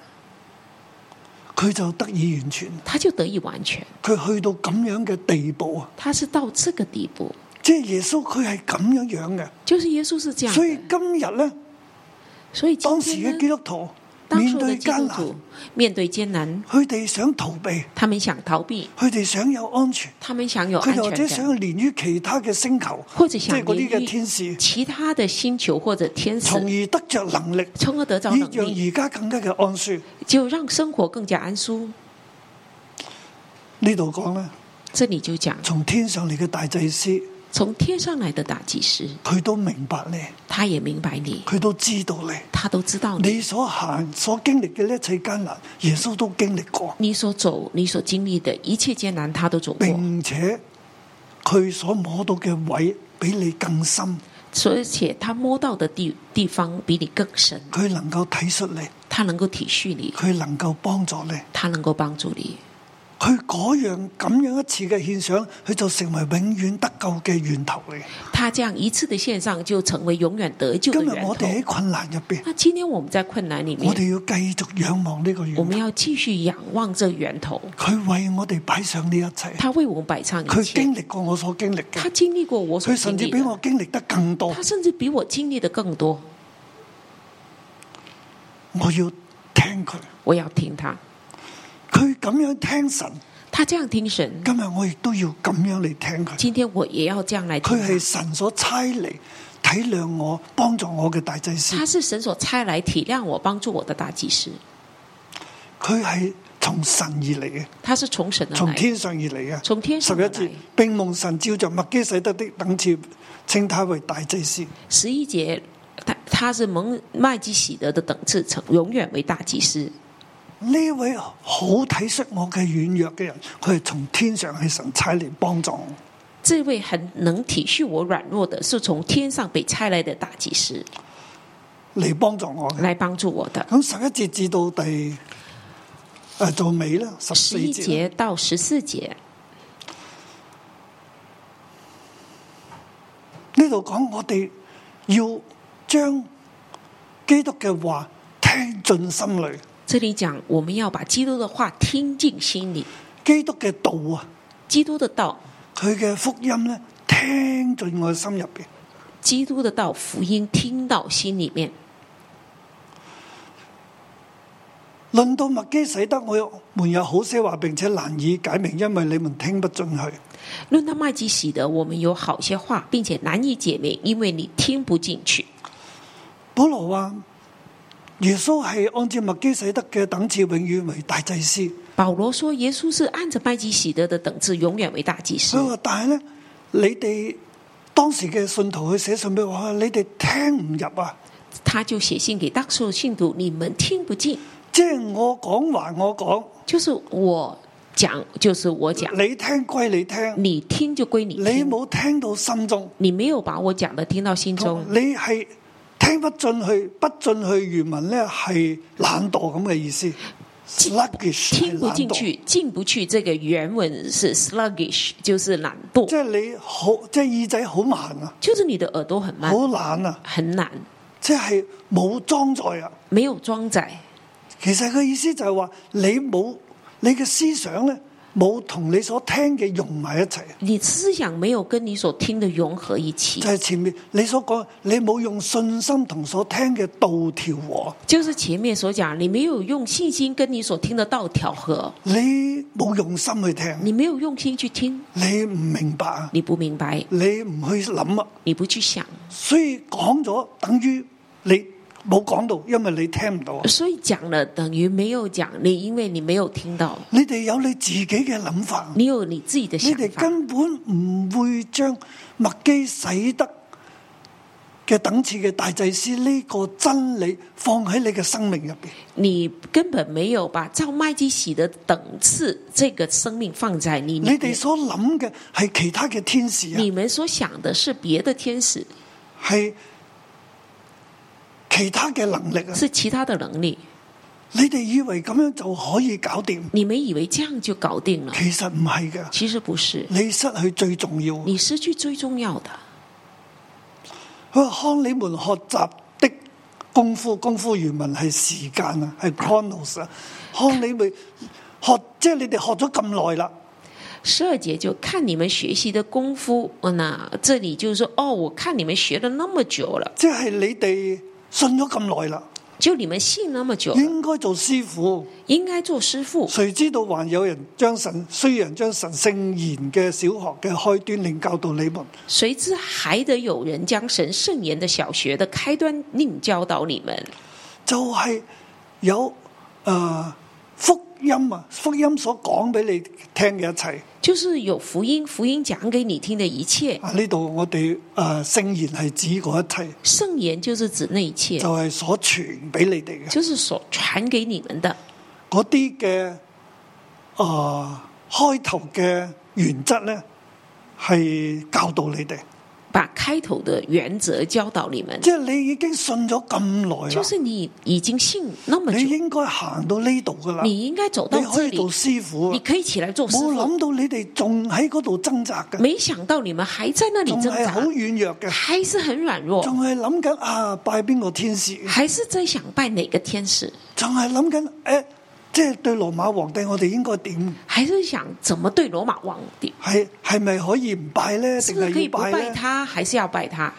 佢就得以完全。他就得以完全。佢去到咁樣嘅地步啊！他是到这个地步，即係耶穌佢係咁樣樣就是耶穌是嘅，这样所以的。今日咧，所以當今時天嘅基呢，督徒当面时的對基艱督難，徒面对艰难，佢哋想逃避，他们想逃避，佢哋想有安全，他们想有佢安哋或者全想感，連於其他嘅星球，或者即想係嗰啲連嘅於天使，其他的星球或者天使從，而得着能力，呢从而得着能力，樣而家更加嘅安舒。就让生活更加安舒。呢度講咧，这里就讲，從天上嚟嘅大祭司，从天上来的打击师，佢都明白你，他也明白你，佢都知道你。他都知道你，你所行所經歷嘅呢一切艱難，耶穌都經歷過，你所走、你所经历的一切艰难，他都走过，並且佢所摸到嘅位比你更深，而且他摸到的地地方比你更深，佢能夠體恤你，他能够体恤你，佢能夠幫助你，他能够帮助你。佢嗰樣咁樣一次嘅獻上，佢就成為永遠得救嘅源頭嚟。他这样一次的献上，就成为永远得救今的日源我头哋喺。困難入邊，那今天我们在困难里我面，哋要繼續仰望呢個源我们頭，要继续仰望这源头，佢為我哋擺上呢一切，他为我们摆上佢一切，經歷過我所經歷他嘅，经历过我所佢经甚至历比我的，經歷得更多他。甚至比我经历的更多。我要聽佢，我要听他，佢咁樣聽神。他这样听神，今日我亦都要咁樣嚟聽佢，今天我也要这样来听佢係他。神所差嚟體諒我、幫助我嘅大祭司他，是神所差来体谅我、帮助我的大祭司，佢係從神而嚟嘅，他是从神而從来的，天上而嚟嘅。从天十上一而節来。，並蒙神照着麥基洗德的等次，稱他為大祭司。十一节，他他是蒙麦基喜德的等次，成永远为大祭司。呢位好體恤我嘅軟弱嘅人，佢係從天上係神差嚟幫助我。这位很能体恤我软弱的，是从天上被差来的大祭司嚟幫助我嘅。来帮助我的。咁十一節至到第誒、呃到尾啦，十四十一節啦。节到十四节，呢度講我哋要將基督嘅話聽進心裏，这里讲我们要把基督的话听进心里，基督嘅道啊，基督的道，佢嘅福音咧聽進我嘅心入邊。基督的道福音听到心里面。論到麥基洗德，我們有好些話並且難以解明，因為你們聽不進去。论到麦基喜德，我们有好些话，并且难以解明，因为你听不进去。保羅話：耶穌係按照麥基洗德嘅等次，永遠為大祭司。保罗说，耶稣是按着麦基喜德的等次，永远为大祭司佢。話：但係咧，你哋當時嘅信徒去寫信俾我，佢話你哋聽唔入啊！他就写信给当时的信徒：你们听不进，即係我講還我講。就是我讲，就是我讲，你聽歸你聽，你听就归你你听。冇聽到心中，你没有把我讲的听到心中，你係聽不進去，不進去原文咧係懶惰咁嘅意思，sluggish 听係不懶进去惰，，进不去。这个原文是 sluggish，就是懒惰即，係你好，即係耳仔好慢啊，就是你的耳朵很慢好，懶啊，很懒，即係冇裝載啊。没有装载。其實佢意思就係話你冇你嘅思想咧，冇同你所聽嘅融埋一齊，啊你思想没有跟你所听的融合一起就，係、前面你所講，你冇用信心同所聽嘅道調和，就是前面所讲，你没有用信心跟你所听的道调和，你冇用心去聽。你没有用心去听，你唔明白啊，你不明白，你唔去諗啊，你不去想，所以講咗等於你冇講到，因為你聽唔到啊。所以讲了等于没有讲。你因为你没有听到，你哋有你自己嘅諗法，你有你自己的你想哋法，根本唔會將麥基洗德嘅等次嘅大祭司呢個真理放喺你嘅生命入邊。你根本没有把照麦基洗的等次这个生命放在你里面。哋所諗嘅係其他嘅天使啊你，们所想的是别的天使，係其他嘅能力啊。是其他的能力。你哋以為咁樣就可以搞掂，你们以为这样就搞定了，其實唔係嘅。其实不是。你失去最重要。你失去最重要的。佢話：看你們學習的功夫，功夫原文係時間啊，係 chronos 啊。看你咪學，即係你哋學咗咁耐啦，十二节就看你们学习的功夫，哦那这里就是说，哦，我看你们学了那么久了，即係你哋信咗咁耐啦，就你们信那么久了，應該做師傅。应该做师傅。誰知道還有人將神，雖然將神聖言嘅小學嘅開端令教導你們，谁知还得有人将神圣言的小学的开端另教导你们，就係有诶、呃福音啊，福音所講俾你聽嘅一切就是有福音，福音讲给你听的一切，啊。呢度我哋诶圣言係指嗰一切，圣言就是指那一切，就係所傳俾你哋嘅。就是所传给你们的嗰啲嘅啊開頭嘅原則咧，係教導你哋，把开头的原则教导你们，即係你已經信咗咁耐就是啦，你已经信那么你久，應該行到呢度噶啦，你你应该走到啊可这以里做，師傅你啊。可以起来做师冇傅。諗到你哋仲喺嗰度掙扎嘅，没想到你们还在那里仲挣係好扎，軟弱嘅，还是很软弱，仲係諗緊啊拜邊個天使，还是在想拜哪个天使，仲係諗緊诶，即係對羅馬皇帝我哋應該點？还是想怎么对罗马皇帝，係系咪可以唔拜咧？是定係不是可以要不拜拜咧？他，还是要拜他？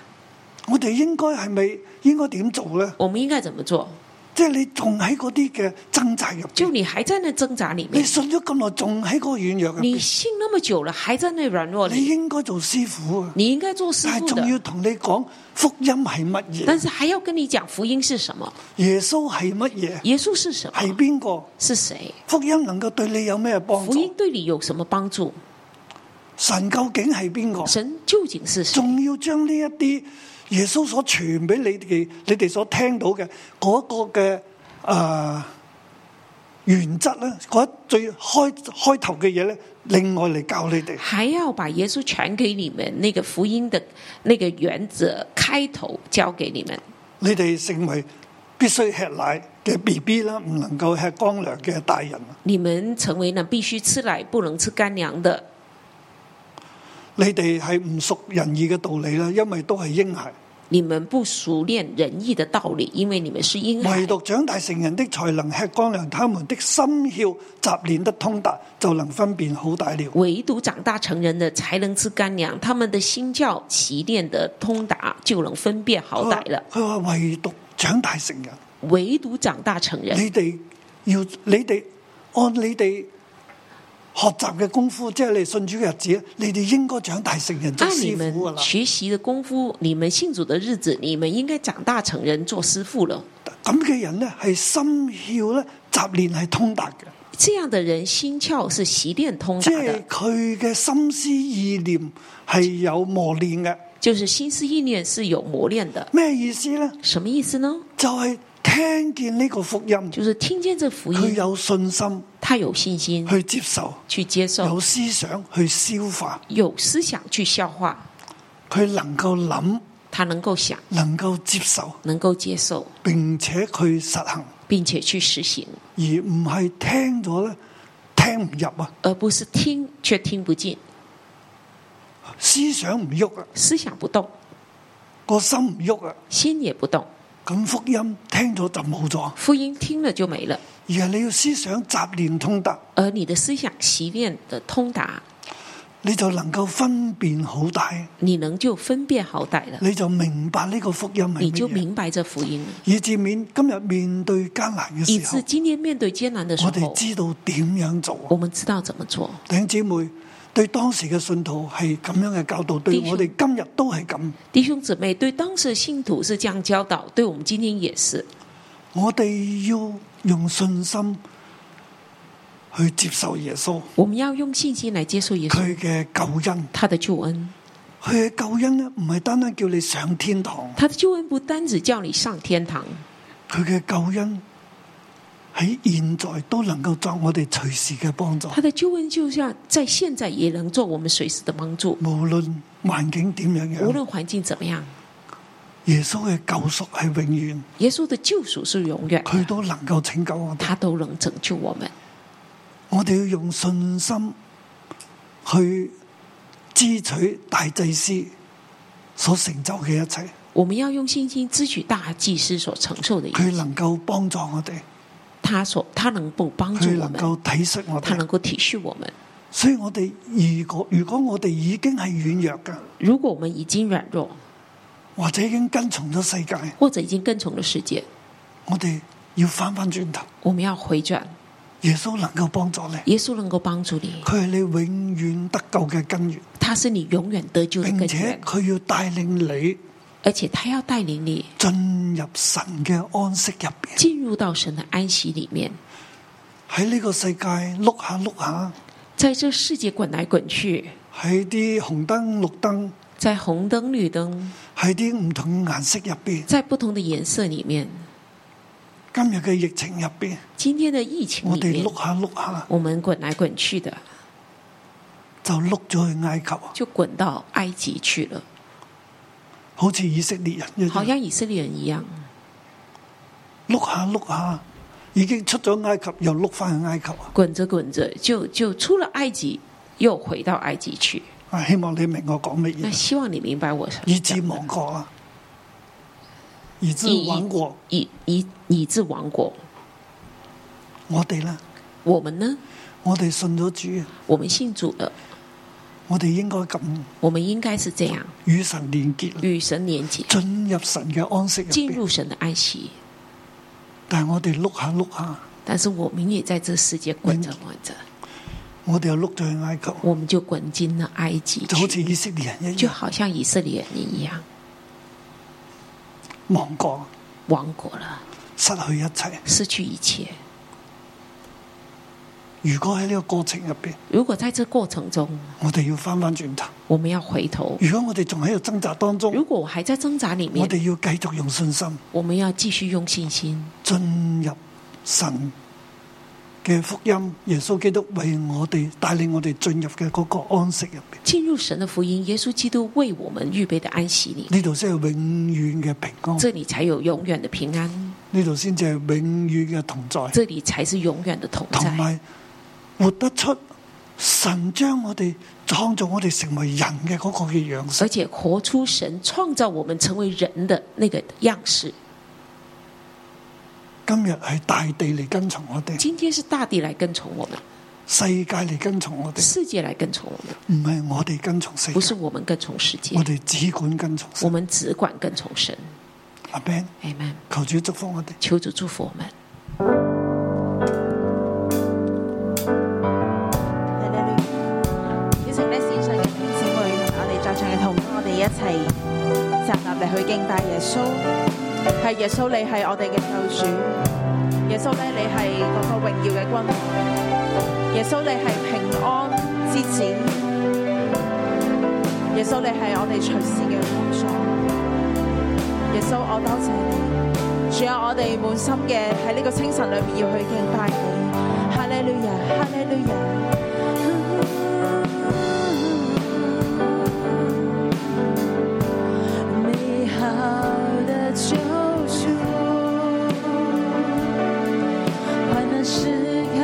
我哋應該係咪應該點做咧？我们应该怎么做？即係你仲喺嗰啲嘅掙扎入就邊，你还在那挣扎里你面，信咗咁耐，仲喺嗰個軟弱入你邊，信那么久了，还在那软弱你里，應該做師傅啊！你应该做师但傅係仲要的，同你講福音係乜嘢，但是还要跟你讲福音是什么，耶穌係乜嘢，耶稣是什係么，邊個？是谁，福音能夠對你有咩幫福音助？对你有什么帮助，神究竟係邊個？神究竟是谁？仲要將呢一啲耶穌所傳俾你哋、你哋所聽到嘅嗰個嘅诶原則咧，嗰一最開開頭嘅嘢咧，另外嚟教你哋。还要把耶稣传给你们那个福音的那个原则开头交给你们，你哋成為必須吃奶嘅 B B 啦，唔能夠吃乾糧嘅大人。你们成为呢必须吃奶不能吃干粮的，你哋係唔熟人意嘅道理啦，因為都係嬰孩。你们不熟练仁义的道理，因为你们是婴孩唯。獨長大成人的才能吃乾糧，他們的心竅習練得通達，就能分辨好歹了。唯独长大成人的才能吃干粮，他们的心教习练的通达，就能分辨好佢話歹了。佢話唯獨長大成人，唯独长大成人，你哋要你哋按你哋。學習嘅功夫，即係你信主嘅日子，你哋應該長大成人做按啊你師们傅噶啦。学习的功夫，你们信主的日子，你们应该长大成人做师傅了。咁嘅人咧，係心竅咧習練係通達嘅。这样的人心窍是习练通即达的係，佢嘅心思意念係有磨練嘅。就是心思意念是有磨练的。咩意思呢？什么意思呢？就係聽見呢個福音，就是听见这福佢音，有信心他有信心去接受，去接受有，思想去消化，有思想去消化，佢能夠諗，他能够想，能夠接受，能够接受，並且佢實行，并且去实行。而唔係聽咗咧聽唔入啊，而不是听却听不进，思想唔喐啊，思想不动，個心唔喐啊，心也不动，咁福音聽咗就冇咗，福音听了就没了。而係你要思想雜念通達，而你的思想习练的通达，你就能夠分辨好歹。你能就分辨好歹了，你就明白呢個福音係你乜就嘢，明白这福音了。以至面今日面對艱難嘅以時候致，今天面对艰难的时啊我哋候，知道點樣我做。们知道怎么做。弟兄姊妹對當時嘅信徒係咁樣嘅教導，對弟兄我哋今日都係咁。弟兄姊妹，对当时的信徒是这样教导，对我们今天也是。我哋要用信心去接受耶穌我们要用信心来接受耶稣佢嘅救恩。他的救恩，佢嘅救恩呢，唔係單單叫你上天堂，他的救恩不单只叫你上天堂，佢嘅救恩喺現在都能夠作我哋隨時嘅幫助，他的救恩就像在现在也能做我们随时的帮助，無論環境點樣无樣。论环境怎么样。耶穌嘅救贖係永遠，耶稣的救赎是永远的，佢都能夠拯救我哋。他都能拯救我们。我哋要用信心去支取大祭司所成就嘅一切。我们要用信心支取大祭司所承受的佢影响，能夠幫助我哋，他所他能够帮助佢我能们，夠體恤我他能哋。够体恤我们。所以我哋如果如果我哋已經係軟弱嘅，如果我们已经软弱，或者已經跟從咗世界，或者已经跟从了世界，我哋要翻翻轉頭。我们要回转，耶穌能夠幫助你，耶稣能够帮助你，佢係你永遠得救嘅根源，他是你永远得救的並根且源，佢要帶領你而且他要带领你進入神嘅安息入邊。进入到神的安息里面。喺呢個世界碌下碌下，在这世界滚来滚去，喺啲紅燈綠燈，在红灯绿灯，喺啲唔同顏色入邊，在不同的颜色里面，今日嘅疫情入邊，今天的疫情我里哋面碌，下碌下我们滚来滚去的，就碌咗去埃及，啊就滚到埃及去了，好似以色列人一好樣，像以色列人一样，碌下碌下，已經出咗埃及，又碌翻去埃及啊！滚着滚着就就出了埃及，又回到埃及去。啊，希望你明我講乜嘢，那啊希望你明白我以讲致的亡國啊，以致以亡國，以以以致亡国。我哋咧，我们呢？我哋信咗主，啊我们信主了，我哋應該咁我们应该是这样與神連結，啊与神连结，進入神嘅安息入进邊。入神的安息。但係我哋碌下碌下，但是我们也在这世界滚着滚着，我哋又碌咗去埃及，我们就滚进了埃及就好似去，以色列人一就樣好像以色列人一样，亡國，亡国了，失去一切。失去一切。如果喺呢個過程入邊，如果在这过程中，我哋要翻翻轉頭。我们要回头。如果我哋仲喺度掙扎當中，如果我还在挣扎里我面，哋要繼續用信心我們要继续用信心進入神嘅福音，耶穌基督為我哋帶領我哋進入嘅嗰個安息入邊。进入神的福音，耶稣基督为我们预备的安息里，呢度先係永遠嘅平安，这里才有永远的平安，呢度先至係永遠嘅同在，这里才是永远的同同在，埋活得出神將我哋創造我哋成為人嘅嗰個嘅樣式而。且活出神创造我们成为人的那个样式。今日係大地嚟跟從我哋，今天是大地来跟从我们，世界嚟跟從我哋，世界来跟从我唔们，係我哋跟從世不界，是我们跟从世界我，哋只管跟從我神。们只管跟从神。阿 Ben， Amen。求主祝福我哋。求主祝福我们。邀請咧線上嘅弟兄姊妹同我哋在場嘅同工，我哋一齊站立嚟去敬拜耶穌。係耶穌，你係我哋嘅救主。耶穌咧，你係嗰個榮耀嘅君王。耶穌，你係平安之子。耶穌，你係我哋隨時嘅幫助。耶穌，我多謝你。主啊，我哋滿心嘅喺呢個清晨裏面要去敬拜你。哈利路亞，哈利路亞。美好的救赎，患难时刻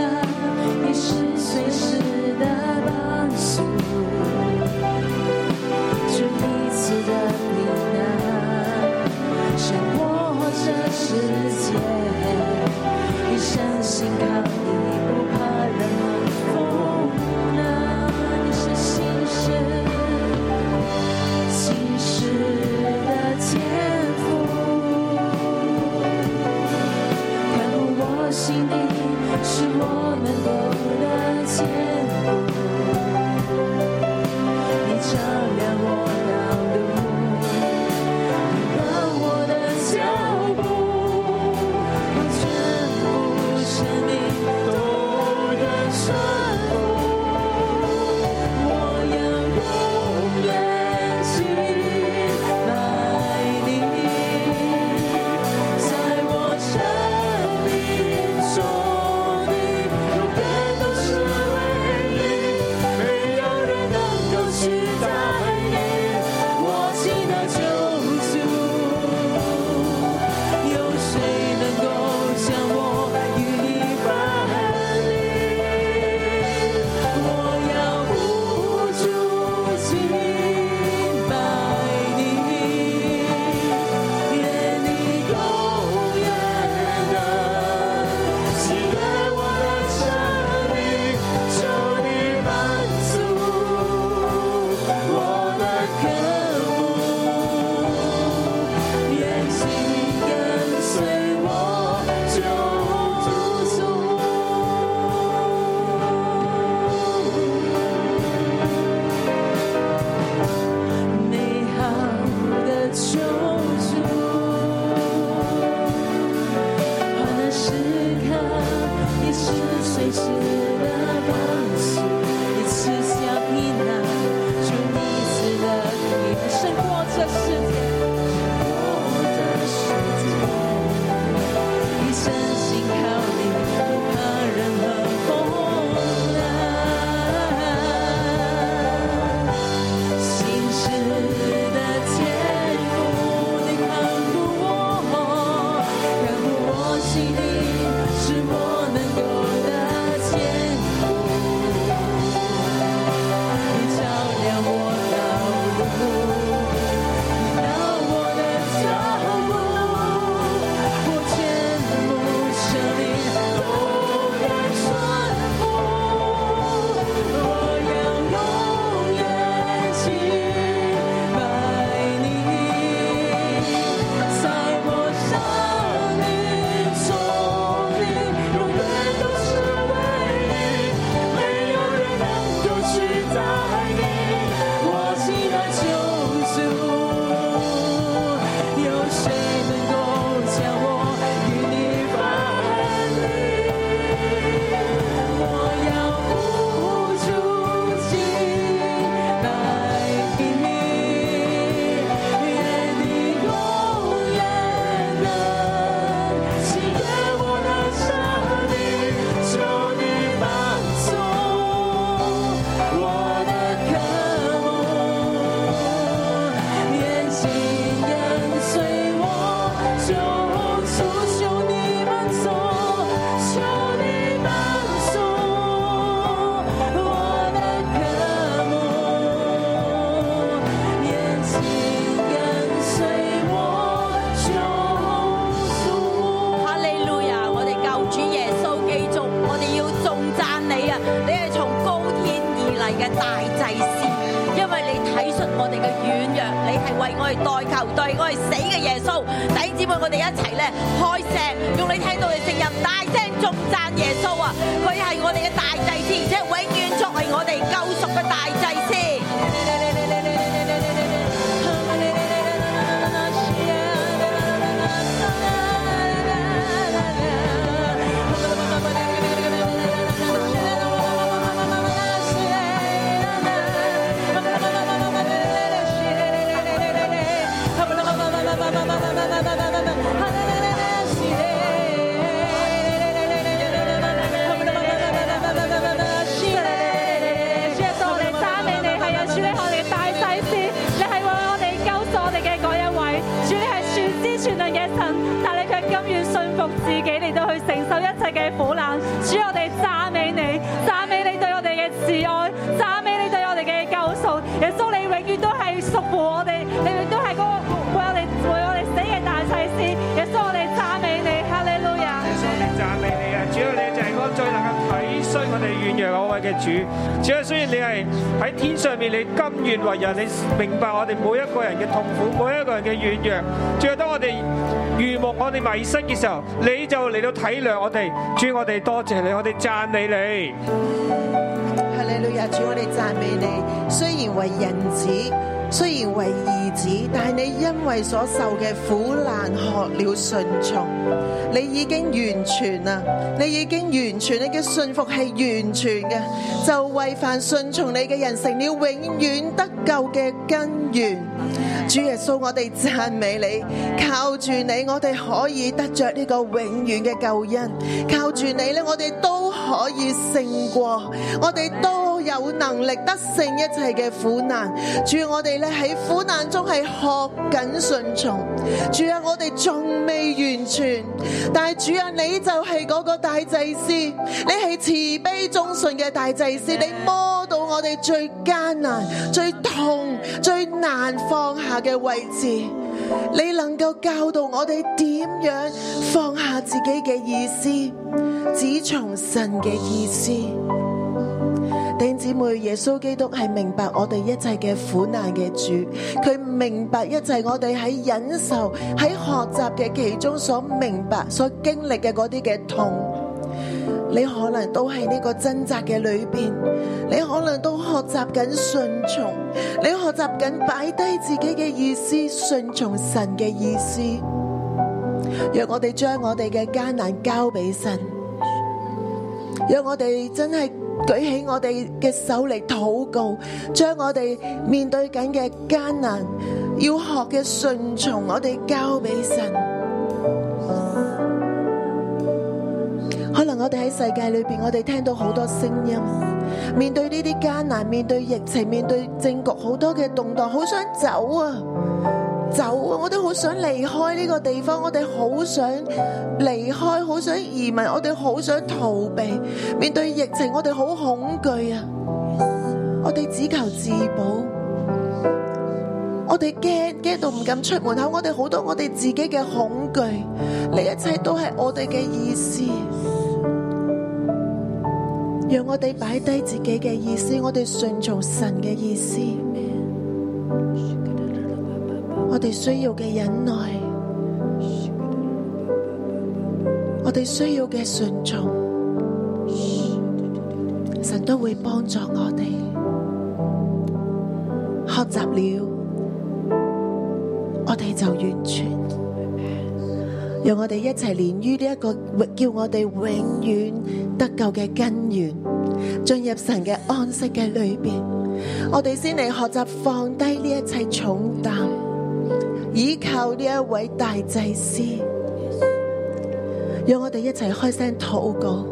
你是随时的帮助，主彼此的避难，胜过这世界，一生信靠你，不怕任何。嘅大祭司，因為你體恤我哋嘅軟弱，你係為我哋代求、代我哋死嘅耶穌。弟兄姊妹，我哋一齊咧開聲，用你聽到嘅聲音大聲頌讚耶穌啊！佢係我哋嘅大祭司，而且永遠作為我哋救贖嘅大祭司。主，我哋讚美你係啊！主，你係我哋嘅大祭司，你係為我哋救咗我哋嘅嗰一位。主，你係全知全能嘅神，但你卻甘願信服自己嚟到去承受一切嘅苦難。主，我哋讚美你，讚美你對我哋嘅慈愛，讚美你對我哋嘅救贖。耶穌，你永遠都係屬乎我哋，你永遠都係嗰個為我哋為我哋死嘅大祭司。耶穌，我哋讚美你，哈利路亞。耶穌，我哋讚美你啊！主啊，你就係嗰個最能夠體恤我哋軟弱嗰位嘅主。主啊，雖然你係喺天上面，你甘願為人，你明白我哋每一個人嘅痛苦，每一個人嘅軟弱。主啊，當我哋愚蒙、我哋迷失嘅時候，你就嚟到體諒我哋。主，我哋多謝你，我哋讚美你。哈利路亞！主，我哋讚美你。雖然為人子，雖然為兒子，但係你因為所受嘅苦難，學了順從。你已經完全啦，你已經完全，你嘅信服係完全嘅，就為凡順從你嘅人，成了永遠得救嘅根源。主耶穌，我哋讚美你，靠住你，我哋可以得着呢個永遠嘅救恩。靠住你咧，我哋都可以勝過，我哋都有能力得勝一切嘅苦難。主，我哋咧喺苦難中係學緊順從。主啊，我哋仲未完全，但係主啊，你就係嗰個大祭司，你係慈悲忠信嘅大祭司，你摸到我哋最艱難、最痛、最難放下嘅位置。你能夠教導我哋點樣放下自己嘅意思，只從神嘅意思。弟兄姊妹，耶穌基督係明白我哋一切嘅苦難嘅主，佢明白一切我哋喺忍受、喺學習嘅其中所明白、所經歷嘅嗰啲嘅痛。你可能都喺呢個掙扎嘅裏邊，你可能都學習緊順從，你學習緊擺低自己嘅意思，順從神嘅意思。若我哋將我哋嘅艱難交俾神。让我哋真系举起我哋嘅手嚟祷告，将我哋面对紧嘅艰难，要学嘅顺从，我哋交俾神。可能我哋喺世界里边，我哋听到好多声音。面对呢啲艰难，面对疫情，面对政局好多嘅动荡，好想走啊！走啊！我都好想離開呢個地方，我哋好想離開，好想移民，我哋好想逃避。面對疫情，我哋好恐懼啊！我哋只求自保，我哋驚驚到唔敢出門口，我哋好多我哋自己嘅恐懼，呢一切都係我哋嘅意思。讓我哋擺低自己嘅意思，我哋順從神嘅意思。我哋需要嘅忍耐，我哋需要嘅順從，神都會幫助我哋學習了，我哋就完全。讓我哋一齊連於呢一個叫我哋永遠得救嘅根源，進入神嘅安息嘅裏邊，我哋先嚟學習放低呢一切重擔。依靠呢一位大祭司，让我哋一齊開聲禱告，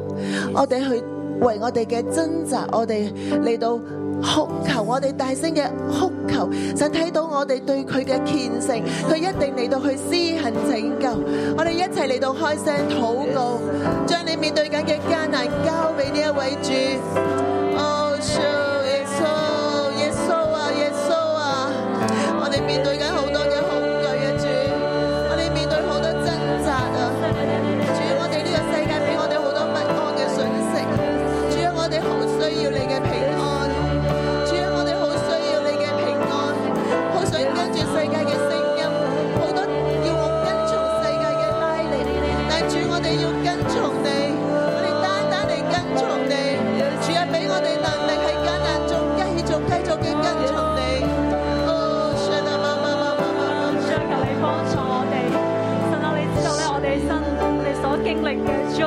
我哋去為我哋嘅掙扎，我哋嚟到哭求，我哋大聲嘅哭求，神睇到我哋對佢嘅虔誠，佢一定嚟到去施行拯救。我哋一齊嚟到開聲禱告，將你面對緊嘅艱難交俾呢一位主。哦，主耶穌，耶穌啊，耶穌啊！我哋面對緊好多嘅恐懼啊，主，我哋面對好多掙扎啊，主，我哋呢個世界俾我哋好多不安嘅信息，主啊，我哋好需要你嘅平安，啊哦主，我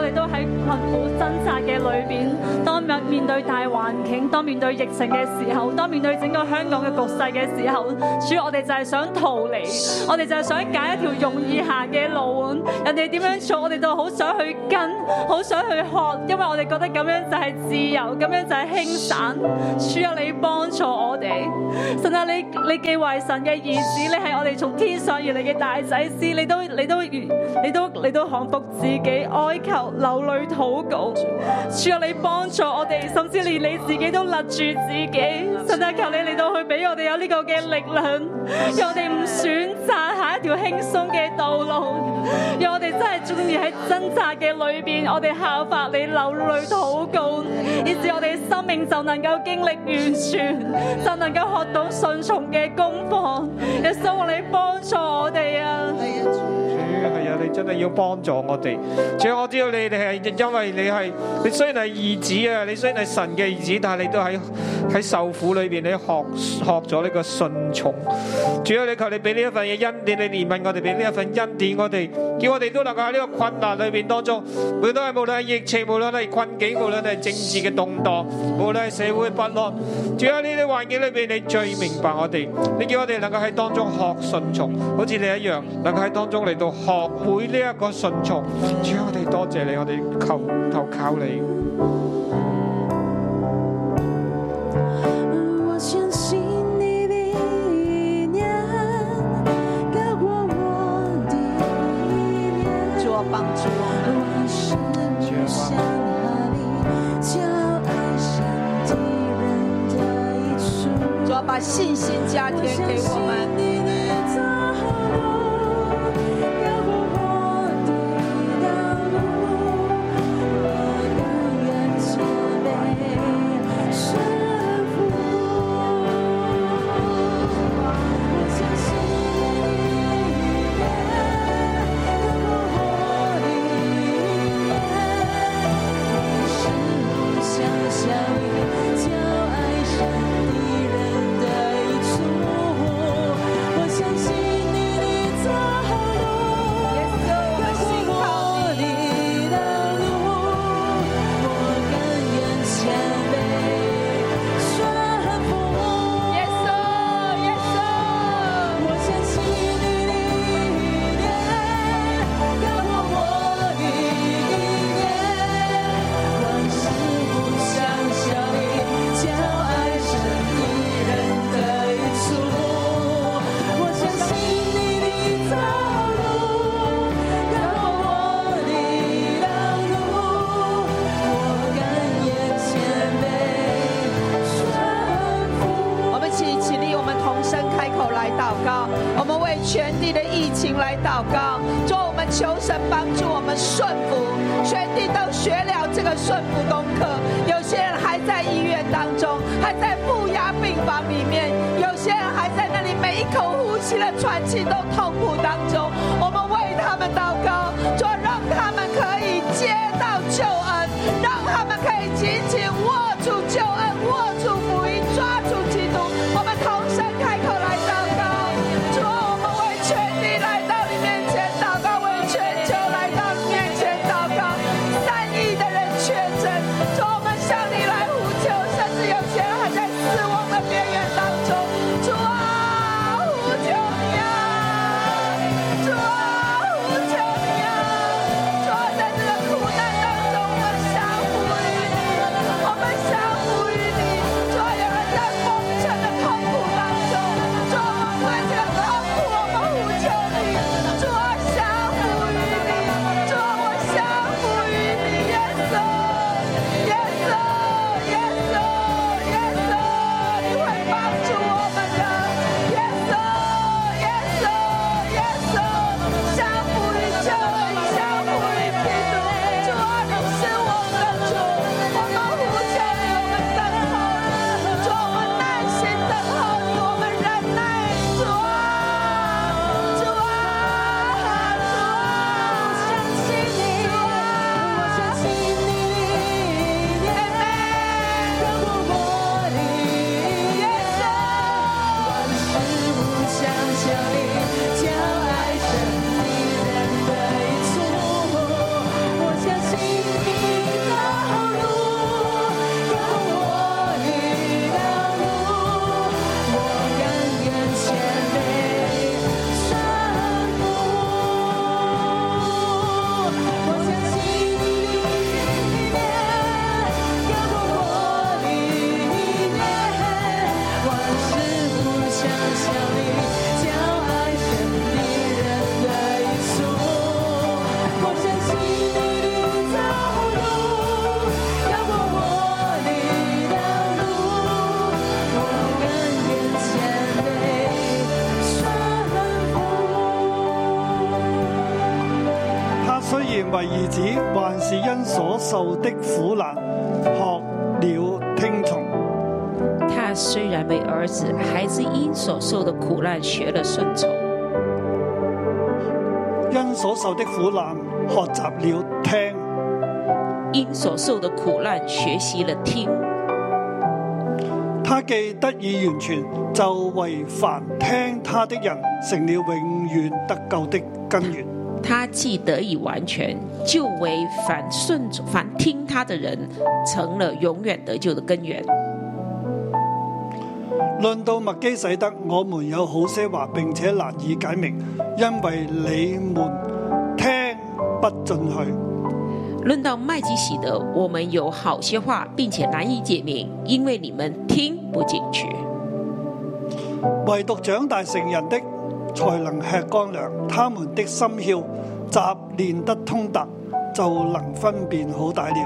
哋都喺困苦掙扎嘅裏邊，當面面對大環境，當面對疫情嘅時候，當面對整個香港嘅局勢嘅時候，主，我哋就係想逃離，我哋就係想揀一條容易行嘅路，人哋點樣做，我哋都好想去跟，好想去學，因為我哋覺得咁樣就係自由，咁樣就係輕省。主啊，你幫助我哋，神啊，你你既為神嘅兒子，你係我哋從天上而嚟嘅大祭司，你都你都你都你都降服自己，哀求流淚禱告。主啊，你幫助我哋，甚至連你自己都勒住自己。神啊，求你嚟到去俾我哋有呢個嘅力量，讓我哋唔選擇下一條輕鬆嘅道路，讓我哋真係中意喺掙扎嘅裏邊，我哋效法你流淚禱告，以致我哋生命就能夠經歷完全，就能夠學到順從嘅功課。耶穌，求你幫助我哋啊！係啊，主，主係啊，你真係要幫助我哋。主啊，我知道你哋係因為你係你雖然係兒子啊，你雖然係神嘅兒子，但係你都喺喺受苦裏邊，你學學咗呢個順從。主啊，你求你俾呢一份嘅恩典，你憐憫我哋，俾呢一份恩典我哋，叫我哋都能夠喺呢個困難裏邊當中，無論係無論係疫情，無論係困境，無論係政治嘅動盪，無論係社會嘅不安，主啊，呢啲環境裏邊，你最明白我哋，你叫我哋能夠喺當中學順從，好似你一樣，能夠喺當中嚟到學會呢一個順從。主啊，我哋多謝你，我哋求投靠你。我相信你的意念高过我的意念。主啊，幫助我我是不像哈利，叫爱上敌人的一束。主要把信心加添我相给我们信。你的造物，高过我的道路，我宁愿谦卑顺服。我相信你的恩，高过我的恩，我是不想相遇，就爱上敌人的一束。我相信你的道路，高过我的道路，我甘愿谦卑顺服。耶稣，耶稣，我相信你的意念高过我的意念，万事互相效力，叫爱神一人的一处。我相信你的道路高过我的道路，我甘愿谦卑顺服。我们起起立，我们同声开口来祷告，我们为全地的疫情来祷告，主，我们求神帮助我们顺服，全地都学了这个顺服功课。有些人还在医院当中，还在负压病房里面，有些人还在那里每一口呼吸的喘气都痛苦当中。我们为他们祷告，主，让他们可以接到救恩，让他们可以紧紧握住救恩，握住福音，抓住基督。我们同声开口来祷告，主啊，我们为全地来到你面前祷告，为全球来到你面前祷告。三亿的人确诊，主啊，我们向你来呼求，甚至有些人还在死亡的边缘当中，主啊，呼求你啊，主啊，呼求你啊，主啊，在这个苦难当中，我降服你，我为儿子，还是因所受的苦难学了听从。他虽然为儿子，还是因所受的苦难学了顺从。因所受的苦难学习了听，因所受的苦难学习了听。他既得以完全，就为凡听他的人成了永远得救的根源。他既得以完全，就为凡顺从凡听他的人，成了永远得救的根源。论到麦基洗德，我们有好些话，并且难以解明，因为你们听不进去。论到麦基喜德，我们有好些话，并且难以解明，因为你们听不进去。唯独长大成人的才能吃干粮，他们的心竅习练得通达，就能分辨好歹了。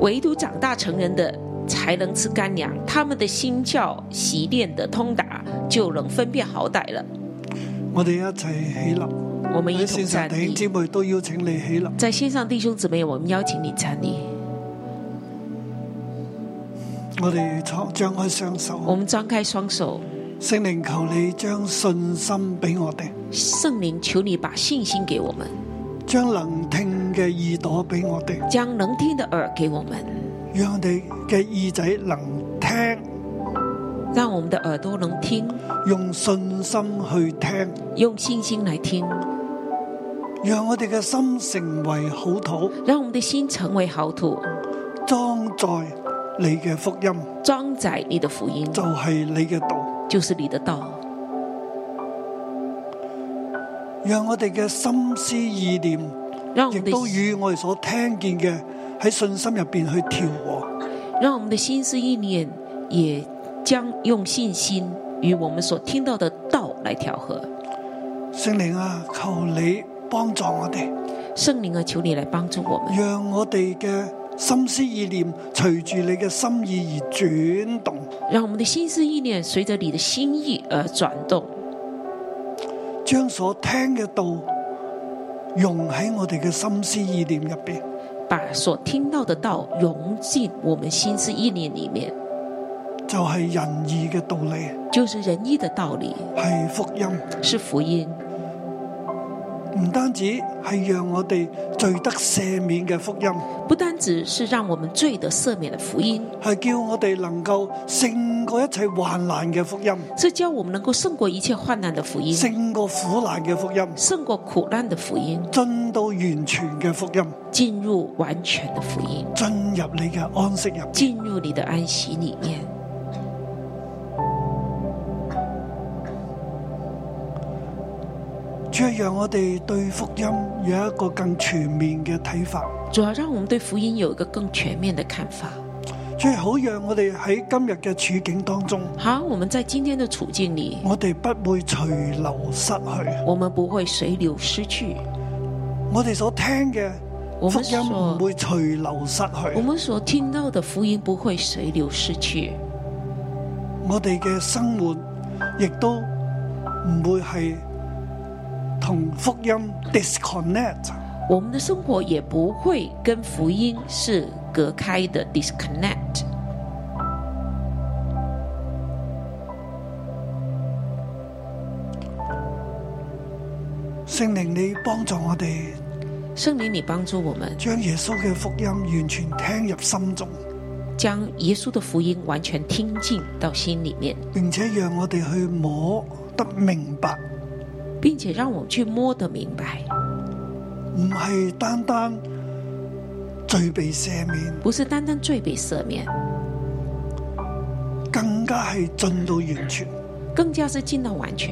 唯独长大成人的才能吃干粮，他们的心教习练的通达，就能分辨好歹了。我哋一齐起立，我们一喺同线上站弟兄立。姊妹都邀请你起立。在线上弟兄姊妹，我们邀请你站立，我哋敞张开双我手，们张开双手，圣灵求你将信心俾我哋，圣灵，求你把信心给我们，将能听嘅耳朵俾我哋，将能听的耳给我们，让我哋嘅耳仔能听，让我们的耳朵能听，用信心去听，用信心来听，让我哋嘅心成为好土，让我们的心成为好土，装载你嘅福音，装载你的福音，就系、你嘅道，就是你的道。让我哋嘅心思意念让我亦们的都与我哋所听见嘅喺信心入边去调和，让我们的心思意念也将用信心与我们所听到的道来调和。圣灵啊，求你帮助我哋。圣灵啊，求你来帮助我们，让我哋嘅心思意念随住你嘅心意而转动，让我们的心思意念随着你的心意而转动，将所听嘅道用喺我哋嘅心思意念入边，把所听到的道融进我们心思意念里面，就系、仁义嘅道理，就是仁义的道理，系福音。是福音。唔单止系让我哋罪得赦免嘅福音，不单只是让我们罪得赦免的福音，系叫我哋能够胜过一切患难嘅福音，是教我们能够胜过一切患难的福音，胜过苦难嘅福音，胜过苦难的福音，进到完全嘅福音，进入完全的福音，进入你嘅安息入边。进入你的安息里面。主系让我哋对福音有一个更全面嘅睇法，主要让我们对福音有一个更全面的看法。主系好让我哋喺今日嘅处境当中，好，我们在今天的处境里，我哋不会随流失去，我们不会随流失去，我哋所听嘅我福们音唔所会随流失我去，们所听到的福音不会随流失去，我哋嘅生活亦都唔会系同福音 disconnect，我们的生活也不会跟福音是隔开的 disconnect。圣灵你帮助我哋圣灵，你帮助我们将耶稣嘅福音完全听入心中，将耶稣的福音完全听进到心里面，并且让我哋去摸得明白。并且让我们去摸得明白，唔系单单罪被赦免，不是单单罪被赦免，更加系进到完全更加是进到完全，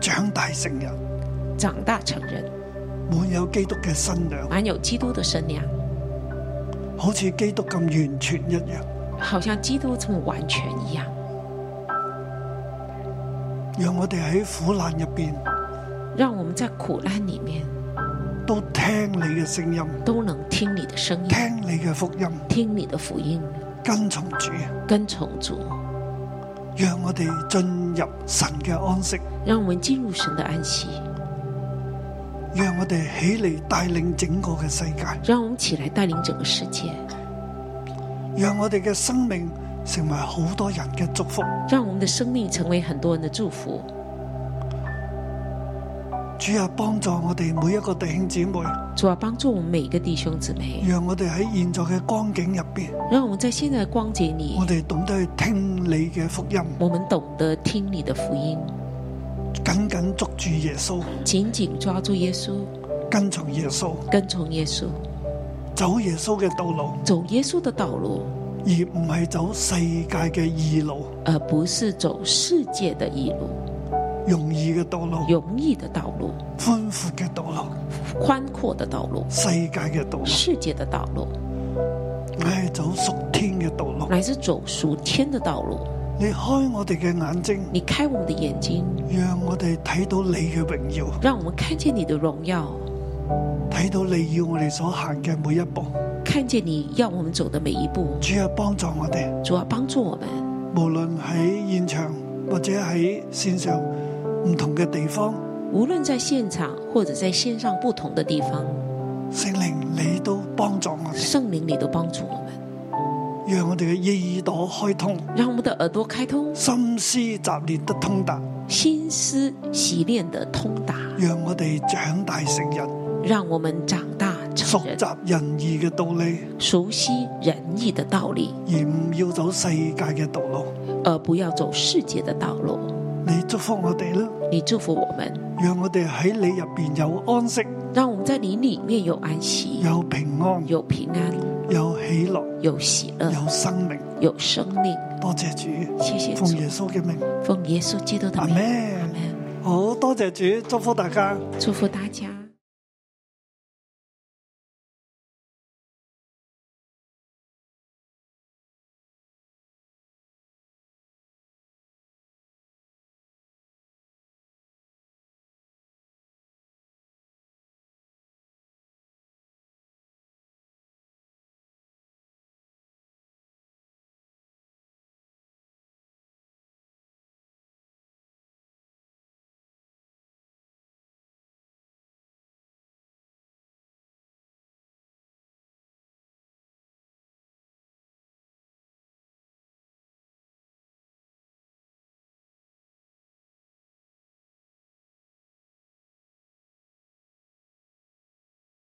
长大成人，长大成人，满有基督嘅新娘，满有基督的身量。好似基督咁完全一样，好像基督这么完全一样，让我哋喺苦难入边让我们在苦难里面都听你嘅声音，都能听你的声音，听你嘅福音，听你的福音，跟从主，跟从主，让我哋进入神嘅安息，让我们进入神的安息，让我哋起嚟带领整个嘅世界，让我们起来带领整个世界，让我哋嘅生命成为好多人嘅祝福。让我们的生命成为很多人的祝福。主啊，帮助我哋每一个弟兄姊妹，主啊，帮助我们每一个弟兄姊妹，让我哋喺现在嘅光景入边，让我们在现在的光景里我，哋懂得去听你嘅福音，我们懂得听你的福音，紧紧捉住耶稣，紧紧抓住耶稣，跟从耶稣，跟从耶稣，走耶稣嘅道路，走耶稣的道路，而唔系走世界嘅异路、而不是走世界的义路、容易嘅道路、容易的道路、宽阔嘅道路、宽阔的道路、世界嘅道路，世界的道路，乃系走属天嘅道路。乃是走属天的道路。你开我哋嘅眼睛，你开我们的眼睛，让我哋睇到你嘅荣耀，让我们看见你的荣耀，睇到你要我哋所行嘅每一步。看见你要我们走的每一步。主啊，帮助我哋。主啊，帮助我们，无论喺现场或者喺线上唔同嘅地方，无论在现场或者在线上不同的地方，圣灵你都帮助我哋，圣灵你都帮助我们，让我哋嘅耳朵开通，让我们的耳朵开通，心思杂念得通达，心思洗练的通达，让我哋长大成人，让我们长大熟成人，习仁义嘅道理，熟悉仁义的道理，而唔要走世界嘅道路。而不要走世界的道路。你祝福我哋啦，你祝福我们，让我哋喺你入边有安息，让我们在你里面有安息，有平安，有平安，有喜乐，有喜乐，有生命。有生命。多谢主，谢谢主奉，耶稣嘅名，奉耶稣基督的阿名，咩？阿门。好多谢主，祝福大家。祝福大家。